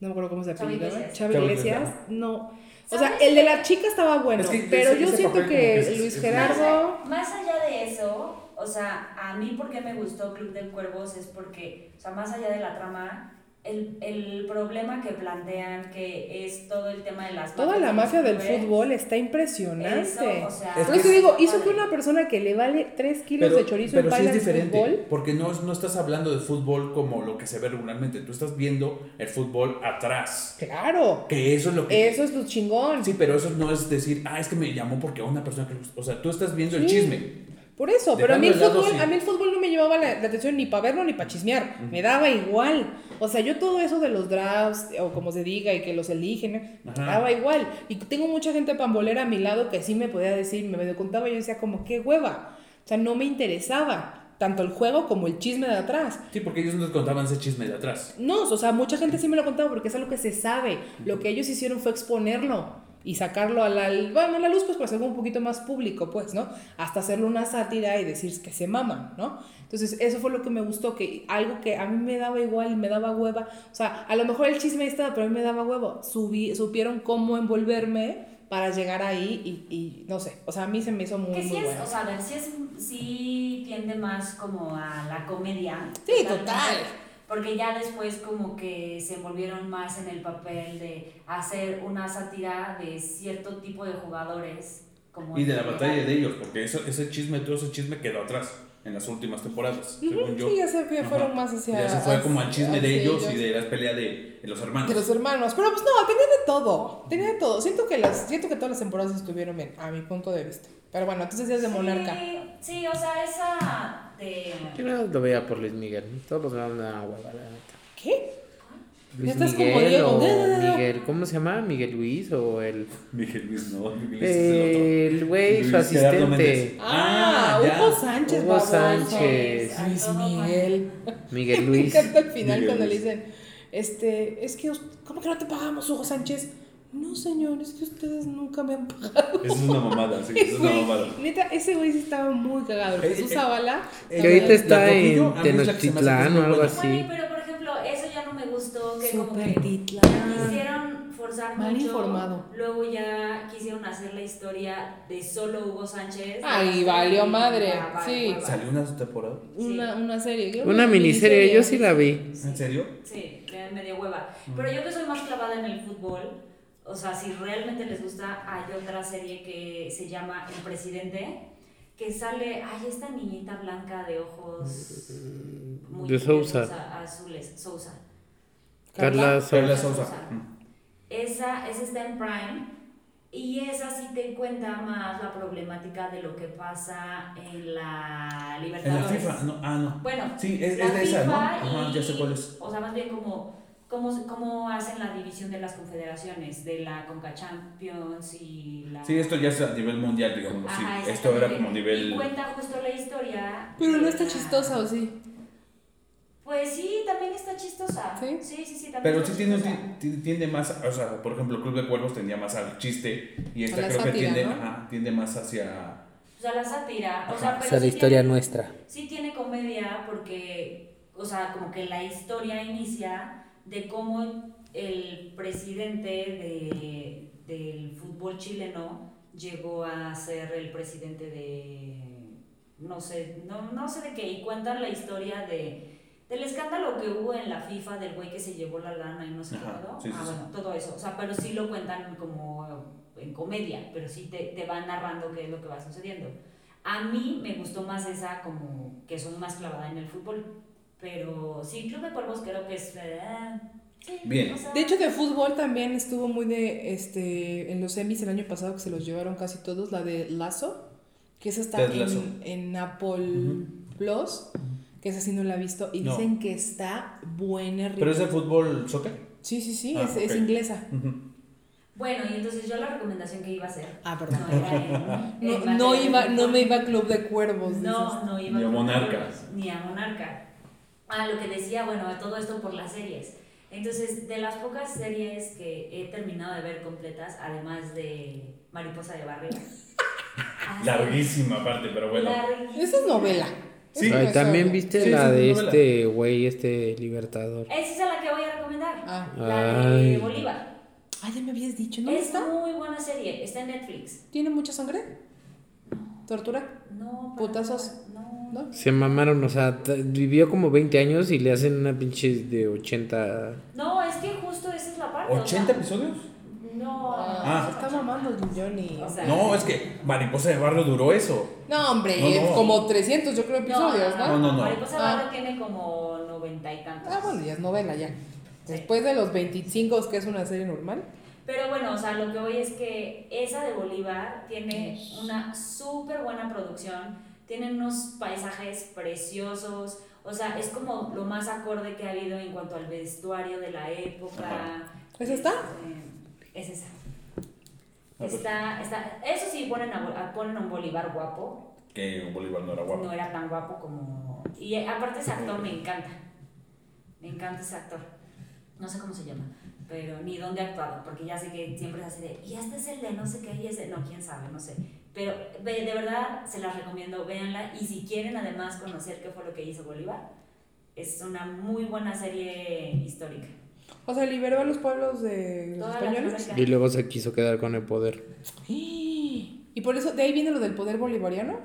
[SPEAKER 2] no me acuerdo cómo se
[SPEAKER 4] Chava
[SPEAKER 2] apellidaba, Chava,
[SPEAKER 4] Iglesias.
[SPEAKER 1] Chava
[SPEAKER 2] Iglesias,
[SPEAKER 1] Iglesias,
[SPEAKER 2] no. O
[SPEAKER 4] ¿Sabes
[SPEAKER 2] sea, el de la chica estaba bueno,
[SPEAKER 1] Es que
[SPEAKER 2] pero
[SPEAKER 1] ese-
[SPEAKER 2] yo
[SPEAKER 1] ese
[SPEAKER 2] siento
[SPEAKER 1] papel
[SPEAKER 2] que,
[SPEAKER 1] como que es-
[SPEAKER 2] Luis
[SPEAKER 1] es-
[SPEAKER 2] Gerardo,
[SPEAKER 4] Más allá de eso, o sea, a mí porque me gustó Club de Cuervos es porque, o sea, más allá de la trama, el, el problema que plantean, que es todo el tema de las...
[SPEAKER 2] Toda
[SPEAKER 4] mafias
[SPEAKER 2] la
[SPEAKER 4] del
[SPEAKER 2] mafia del
[SPEAKER 4] fútbol,
[SPEAKER 2] fútbol está impresionante.
[SPEAKER 4] Eso, o sea,
[SPEAKER 3] Es
[SPEAKER 2] no
[SPEAKER 3] que
[SPEAKER 2] te digo, hizo
[SPEAKER 4] padre.
[SPEAKER 2] que una persona que le vale 3 kilos de chorizo en
[SPEAKER 1] pero sí
[SPEAKER 2] bala
[SPEAKER 1] es
[SPEAKER 2] de
[SPEAKER 1] diferente,
[SPEAKER 2] fútbol.
[SPEAKER 1] porque no, es- no estás hablando de fútbol como lo que se ve regularmente, tú estás viendo el fútbol atrás,
[SPEAKER 2] Claro,
[SPEAKER 1] que eso es lo que...
[SPEAKER 2] eso es lo chingón.
[SPEAKER 1] Sí, pero eso no es decir, ah, es que me llamó porque a una persona que... le gustó". O sea, tú estás viendo el
[SPEAKER 2] Sí.
[SPEAKER 1] chisme.
[SPEAKER 2] Por eso, pero a mí, el
[SPEAKER 1] Dejando de lado,
[SPEAKER 2] fútbol,
[SPEAKER 1] sí.
[SPEAKER 2] a mí el fútbol no me llevaba la, la atención ni para verlo ni para chismear. Me daba igual. O sea, yo todo eso de los drafts, eh, o como se diga, y que los eligen, ¿eh? me
[SPEAKER 1] Ajá.
[SPEAKER 2] daba igual. Y tengo mucha gente pambolera a mi lado que sí me podía decir, me medio contaba, y yo decía como, qué hueva. O sea, no me interesaba tanto el juego como el chisme de atrás.
[SPEAKER 1] Sí, porque ellos nos contaban ese chisme de atrás.
[SPEAKER 2] No, o sea, mucha gente sí me lo contaba porque es algo que se sabe. Lo que ellos hicieron fue exponerlo y sacarlo a la, bueno, a la luz, pues para hacerlo un poquito más público, pues, ¿no? Hasta hacerlo una sátira y decir que se maman, ¿no? Entonces, eso fue lo que me gustó, que algo que a mí me daba igual y me daba hueva. O sea, a lo mejor el chisme ahí estaba, pero a mí me daba huevo. Subí, supieron cómo envolverme para llegar ahí y, y no sé. O sea, a mí se me hizo muy,
[SPEAKER 4] Que
[SPEAKER 2] muy
[SPEAKER 4] sí es,
[SPEAKER 2] bueno.
[SPEAKER 4] o sea, a ver, sí, es, sí tiende más como a la comedia.
[SPEAKER 2] Sí,
[SPEAKER 4] Totalmente.
[SPEAKER 2] total.
[SPEAKER 4] Porque ya después como que se envolvieron más en el papel de hacer una sátira de cierto tipo de jugadores. Como
[SPEAKER 1] Y
[SPEAKER 4] en
[SPEAKER 1] de la
[SPEAKER 4] general.
[SPEAKER 1] batalla de ellos, porque eso, ese chisme, todo ese chisme quedó atrás en las últimas temporadas, según yo.
[SPEAKER 2] Sí, ya se fue-
[SPEAKER 1] Ajá.
[SPEAKER 2] fueron más hacia...
[SPEAKER 1] Ya se fue como al chisme de
[SPEAKER 2] hacia
[SPEAKER 1] ellos y de la pelea de, de los hermanos.
[SPEAKER 2] De los hermanos. Pero pues no, tenía de todo. Tenía de todo. Siento que las, siento que todas las temporadas estuvieron bien, a mi punto de vista. Pero bueno, entonces es de monarca.
[SPEAKER 4] Sí, sí, o sea, esa de...
[SPEAKER 3] Yo nada más lo veía por Luis Miguel. Todos los demás me daban hueva, la neta.
[SPEAKER 2] ¿Qué?
[SPEAKER 3] Luis
[SPEAKER 2] estás como
[SPEAKER 3] Miguel
[SPEAKER 2] Diego.
[SPEAKER 3] o Miguel,
[SPEAKER 2] Miguel,
[SPEAKER 3] ¿cómo se llama? Miguel Luis o el...
[SPEAKER 1] Miguel Luis, no, Miguel Luis es
[SPEAKER 3] El güey,
[SPEAKER 1] el otro.
[SPEAKER 3] su
[SPEAKER 1] Luis Gerardo Méndez.
[SPEAKER 3] asistente.
[SPEAKER 2] Ah,
[SPEAKER 1] ya.
[SPEAKER 2] Hugo Sánchez,
[SPEAKER 3] Hugo
[SPEAKER 2] baboso.
[SPEAKER 3] Sánchez.
[SPEAKER 4] Ay,
[SPEAKER 2] Luis
[SPEAKER 4] todo mal.
[SPEAKER 2] Miguel.
[SPEAKER 3] Miguel
[SPEAKER 2] Me
[SPEAKER 3] Luis.
[SPEAKER 2] encanta al final
[SPEAKER 1] Miguel
[SPEAKER 2] cuando
[SPEAKER 1] Luis.
[SPEAKER 2] le dicen, este, es que, us- ¿cómo que no te pagamos, Hugo Sánchez? No, señor, es que ustedes nunca me han pagado.
[SPEAKER 1] Es una mamada, sí, es una
[SPEAKER 2] Güey,
[SPEAKER 1] mamada.
[SPEAKER 2] Neta, ese güey sí estaba muy cagado.
[SPEAKER 1] Eh,
[SPEAKER 2] Jesús
[SPEAKER 1] eh,
[SPEAKER 2] Zavala.
[SPEAKER 1] eh,
[SPEAKER 3] Que ahorita
[SPEAKER 2] también.
[SPEAKER 3] está
[SPEAKER 1] La Trujillo,
[SPEAKER 3] en
[SPEAKER 1] a mí es la que se me hace que es
[SPEAKER 3] Tenochtitlán
[SPEAKER 1] muy
[SPEAKER 3] o algo
[SPEAKER 1] buena.
[SPEAKER 3] así.
[SPEAKER 4] Güey, pero por ejemplo, eso ya no me gustó, que como
[SPEAKER 2] Súper
[SPEAKER 4] que
[SPEAKER 2] titlán.
[SPEAKER 4] quisieron forzar
[SPEAKER 2] Mal
[SPEAKER 4] mucho.
[SPEAKER 2] informado.
[SPEAKER 4] Luego ya quisieron hacer la historia de solo Hugo Sánchez.
[SPEAKER 2] Ay, valió madre,
[SPEAKER 4] Ya, vale,
[SPEAKER 2] sí.
[SPEAKER 4] hueva.
[SPEAKER 1] ¿Salió una temporada?
[SPEAKER 2] Una, una serie. creo que
[SPEAKER 3] Una miniserie, yo sí la vi.
[SPEAKER 1] ¿En serio?
[SPEAKER 4] Sí, me- me dio hueva.
[SPEAKER 1] Mm.
[SPEAKER 4] Pero yo que soy más clavada en el fútbol, o sea, si realmente les gusta, hay otra serie que se llama El Presidente, que sale, ay, esta niñita blanca de ojos muy
[SPEAKER 3] De
[SPEAKER 4] chiquitos,
[SPEAKER 3] Sousa.
[SPEAKER 4] a- azules, Sousa.
[SPEAKER 1] Carla
[SPEAKER 3] Carla Sousa.
[SPEAKER 1] Sousa. Mm.
[SPEAKER 4] Esa, esa está en Prime. Y esa sí te cuenta más la problemática de lo que pasa en la
[SPEAKER 1] En la
[SPEAKER 4] Libertadores.
[SPEAKER 1] FIFA, no, ah, no.
[SPEAKER 4] Bueno,
[SPEAKER 1] Sí, es,
[SPEAKER 4] la
[SPEAKER 1] es de esa, ¿no?
[SPEAKER 4] FIFA
[SPEAKER 1] Ajá,
[SPEAKER 4] y-
[SPEAKER 1] ya sé cuál es.
[SPEAKER 4] O sea, más bien como cómo, cómo hacen la división de las confederaciones, de la Conca Champions y la...
[SPEAKER 1] Sí, esto ya es a nivel mundial, digamos.
[SPEAKER 4] Ajá,
[SPEAKER 1] Sí,
[SPEAKER 4] exactamente.
[SPEAKER 1] esto era como
[SPEAKER 4] Y
[SPEAKER 1] nivel.
[SPEAKER 4] cuenta justo la historia.
[SPEAKER 2] Pero
[SPEAKER 4] de
[SPEAKER 2] no está
[SPEAKER 4] la-
[SPEAKER 2] chistosa, ¿o sí?
[SPEAKER 4] Pues sí, también está chistosa.
[SPEAKER 2] ¿Sí?
[SPEAKER 4] sí, sí, sí, también
[SPEAKER 1] Pero
[SPEAKER 4] está
[SPEAKER 1] sí tiene,
[SPEAKER 4] chistosa.
[SPEAKER 1] ti- tiende más, o sea, por ejemplo, Club de Cuervos tenía más al chiste y
[SPEAKER 2] A
[SPEAKER 1] esta
[SPEAKER 2] la
[SPEAKER 1] creo que
[SPEAKER 2] sátira,
[SPEAKER 1] tiende,
[SPEAKER 2] ¿no?
[SPEAKER 1] ajá, tiende más hacia...
[SPEAKER 4] O sea, la sátira. O
[SPEAKER 1] Ajá.
[SPEAKER 4] sea, pero sí tiene-
[SPEAKER 3] nuestra.
[SPEAKER 4] sí tiene comedia porque, o sea, como que la historia inicia de cómo el presidente de, del fútbol chileno llegó a ser el presidente de, no sé, no, no sé de qué, y cuentan la historia de, del escándalo que hubo en la FIFA del güey que se llevó la lana y no sé
[SPEAKER 1] Ajá,
[SPEAKER 4] qué, ¿no?
[SPEAKER 1] sí, sí,
[SPEAKER 4] ah,
[SPEAKER 1] sí.
[SPEAKER 4] bueno, todo eso, o sea, pero sí lo cuentan como en comedia, pero sí te, te van narrando qué es lo que va sucediendo. A mí me gustó más esa como que soy más clavada en el fútbol. Pero sí, Club de Cuervos creo que es... eh, sí,
[SPEAKER 1] Bien.
[SPEAKER 4] o sea,
[SPEAKER 2] De hecho, de fútbol también estuvo muy de, este, en los semis el año pasado que se los llevaron casi todos, la de Lazo, que esa está
[SPEAKER 1] Ted Lasso.
[SPEAKER 2] en, en Apple Plus, que esa sí no la he visto, y
[SPEAKER 1] No.
[SPEAKER 2] dicen que está buena.
[SPEAKER 1] Pero es
[SPEAKER 2] rica.
[SPEAKER 1] de fútbol soccer.
[SPEAKER 2] Sí, sí, sí,
[SPEAKER 1] Ah,
[SPEAKER 2] es, es
[SPEAKER 1] ok.
[SPEAKER 2] inglesa.
[SPEAKER 1] Ujú.
[SPEAKER 4] Bueno, y entonces yo la recomendación que iba a hacer...
[SPEAKER 2] Ah, perdón.
[SPEAKER 4] No, era en- en
[SPEAKER 2] No,
[SPEAKER 4] materia
[SPEAKER 2] no
[SPEAKER 4] de
[SPEAKER 2] iba, no
[SPEAKER 4] fútbol.
[SPEAKER 2] me iba a Club de Cuervos.
[SPEAKER 4] No, no iba
[SPEAKER 1] Ni a
[SPEAKER 4] Club de
[SPEAKER 1] Monarca.
[SPEAKER 4] Cuervos, Ni a Monarca. Ah, lo que decía, bueno, todo esto por las series. Entonces, de las pocas series que he terminado de ver completas, además de Mariposa de Barrio. así,
[SPEAKER 1] Larguísima parte, pero bueno.
[SPEAKER 4] larguísima.
[SPEAKER 2] Esa es novela.
[SPEAKER 1] Sí.
[SPEAKER 2] Esa no es
[SPEAKER 3] También
[SPEAKER 2] novela.
[SPEAKER 3] viste
[SPEAKER 1] Sí,
[SPEAKER 3] la
[SPEAKER 1] sí,
[SPEAKER 3] de
[SPEAKER 1] novela.
[SPEAKER 3] este güey, este Libertador.
[SPEAKER 4] Esa es a la que voy a recomendar.
[SPEAKER 2] Ah.
[SPEAKER 4] La de
[SPEAKER 3] Ay.
[SPEAKER 4] Bolívar.
[SPEAKER 2] Ah, ya me habías dicho, ¿no?
[SPEAKER 4] Es
[SPEAKER 2] está?
[SPEAKER 4] muy buena serie, está en Netflix.
[SPEAKER 2] ¿Tiene mucha sangre? ¿Tortura?
[SPEAKER 4] No, para
[SPEAKER 2] ¿Putazos?
[SPEAKER 4] nada, No,
[SPEAKER 2] ¿no?
[SPEAKER 3] Se mamaron, o sea, t- vivió como 20 años y le hacen una pinche de 80.
[SPEAKER 4] No, es que justo esa es la parte. o sea,
[SPEAKER 1] ¿80 episodios?
[SPEAKER 4] No.
[SPEAKER 1] Ah.
[SPEAKER 2] Se está mamando el Johnny.
[SPEAKER 4] O sea,
[SPEAKER 1] No, es que Mariposa de Barrio duró eso.
[SPEAKER 2] No, hombre,
[SPEAKER 1] No, no.
[SPEAKER 2] como 300 yo creo episodios, ¿no?
[SPEAKER 1] no, no.
[SPEAKER 4] Mariposa
[SPEAKER 2] Ah.
[SPEAKER 4] Barra tiene como noventa y tantos.
[SPEAKER 2] Ah, bueno, ya es novela ya. Después de los 25, que es una serie normal.
[SPEAKER 4] Pero bueno, o sea, lo que voy es que esa de Bolívar tiene una súper buena producción, tiene unos paisajes preciosos, o sea, es como lo más acorde que ha habido en cuanto al vestuario de la época.
[SPEAKER 2] ¿Es esta?
[SPEAKER 4] Este, Es esa.
[SPEAKER 1] Ah, pues.
[SPEAKER 4] Está, está, eso sí, ponen a, Bo- a- ponen a un Bolívar guapo,
[SPEAKER 1] Que Bolívar no era guapo.
[SPEAKER 4] no era tan guapo como... Y eh, aparte ese actor me encanta, me encanta ese actor. No sé cómo se llama, pero ni dónde ha actuado, porque ya sé que siempre es así de, y este es el de no sé qué, y ese, no, quién sabe, no sé. Pero ve- de, verdad se las recomiendo, véanla, y si quieren además conocer qué fue lo que hizo Bolívar, es una muy buena serie histórica.
[SPEAKER 2] O sea, liberó a los pueblos de los
[SPEAKER 4] Toda la
[SPEAKER 2] españoles.
[SPEAKER 4] América.
[SPEAKER 3] Y luego se quiso quedar con el poder.
[SPEAKER 2] Y por eso, de ahí viene lo del poder bolivariano.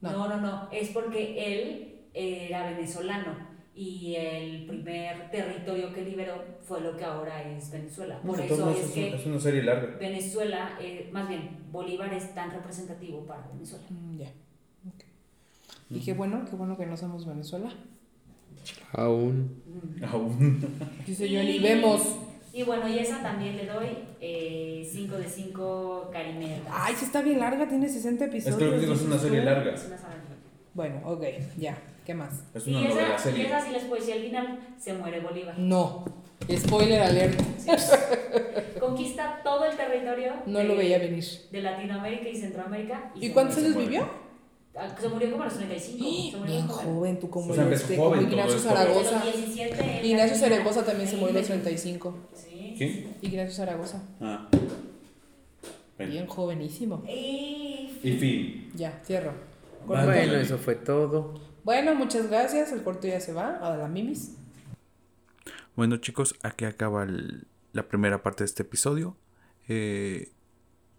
[SPEAKER 2] No.
[SPEAKER 4] No, no, no, es porque él era venezolano y el primer territorio que liberó fue lo que ahora es Venezuela. Por
[SPEAKER 1] De todos
[SPEAKER 4] eso
[SPEAKER 1] modos,
[SPEAKER 4] es
[SPEAKER 1] es, un-
[SPEAKER 4] que
[SPEAKER 1] es una serie larga.
[SPEAKER 4] Venezuela, eh, más bien Bolívar es tan representativo para Venezuela.
[SPEAKER 2] Mm, ya. ok. Y qué bueno, qué bueno que no somos Venezuela.
[SPEAKER 3] Aún.
[SPEAKER 4] Mm.
[SPEAKER 1] Aún.
[SPEAKER 2] Dice Johnny, vemos.
[SPEAKER 4] Y bueno, y esa también le doy 5 de 5 carimetas.
[SPEAKER 2] Ay, sí está bien larga, tiene 60 episodios.
[SPEAKER 1] Es que lo que digo es una
[SPEAKER 2] dices tú.
[SPEAKER 1] serie larga.
[SPEAKER 4] Es una saga.
[SPEAKER 2] Bueno, ok, ya. ¿Qué más?
[SPEAKER 1] Es
[SPEAKER 4] Y
[SPEAKER 1] una novela
[SPEAKER 4] esa, y
[SPEAKER 1] serie.
[SPEAKER 4] esa sí les puedo decir al final, se muere Bolívar.
[SPEAKER 2] No. Spoiler alert.
[SPEAKER 4] Conquista todo el territorio
[SPEAKER 2] No
[SPEAKER 4] de,
[SPEAKER 2] lo veía venir.
[SPEAKER 4] de Latinoamérica y Centroamérica.
[SPEAKER 2] ¿Y
[SPEAKER 4] se
[SPEAKER 2] cuántos
[SPEAKER 4] muere.
[SPEAKER 1] se
[SPEAKER 2] años
[SPEAKER 1] muere.
[SPEAKER 2] vivió?
[SPEAKER 4] Ah, Se murió como a los 35. Se murió
[SPEAKER 2] Bien
[SPEAKER 4] muy joven.
[SPEAKER 2] joven, tú como,
[SPEAKER 1] O sea, empezó
[SPEAKER 2] este, como
[SPEAKER 1] joven todo
[SPEAKER 2] Ignacio
[SPEAKER 1] esto.
[SPEAKER 2] Zaragoza.
[SPEAKER 4] Desde los 17 él
[SPEAKER 2] Ignacio
[SPEAKER 4] ya-
[SPEAKER 2] Zaragoza también se
[SPEAKER 4] Sí,
[SPEAKER 2] murió a los
[SPEAKER 4] me-
[SPEAKER 2] 35.
[SPEAKER 4] Sí.
[SPEAKER 1] ¿Quién?
[SPEAKER 2] Ignacio Zaragoza.
[SPEAKER 1] Ah. Ven.
[SPEAKER 2] Bien jovenísimo.
[SPEAKER 4] Y-
[SPEAKER 1] Y fin.
[SPEAKER 2] Ya, cierro.
[SPEAKER 1] Bad
[SPEAKER 3] Bueno,
[SPEAKER 1] Bunny.
[SPEAKER 3] eso fue todo.
[SPEAKER 2] Bueno, muchas gracias. El corto ya se va. A la mimis.
[SPEAKER 1] Bueno chicos, aquí acaba el- la primera parte de este episodio. Eh,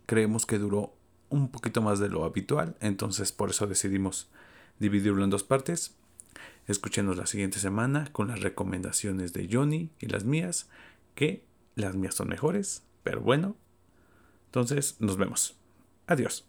[SPEAKER 1] creemos que duró un poquito más de lo habitual, entonces por eso decidimos dividirlo en dos partes. Escúchenos la siguiente semana con las recomendaciones de Johnny y las mías, que las mías son mejores, pero bueno. Entonces nos vemos. Adiós.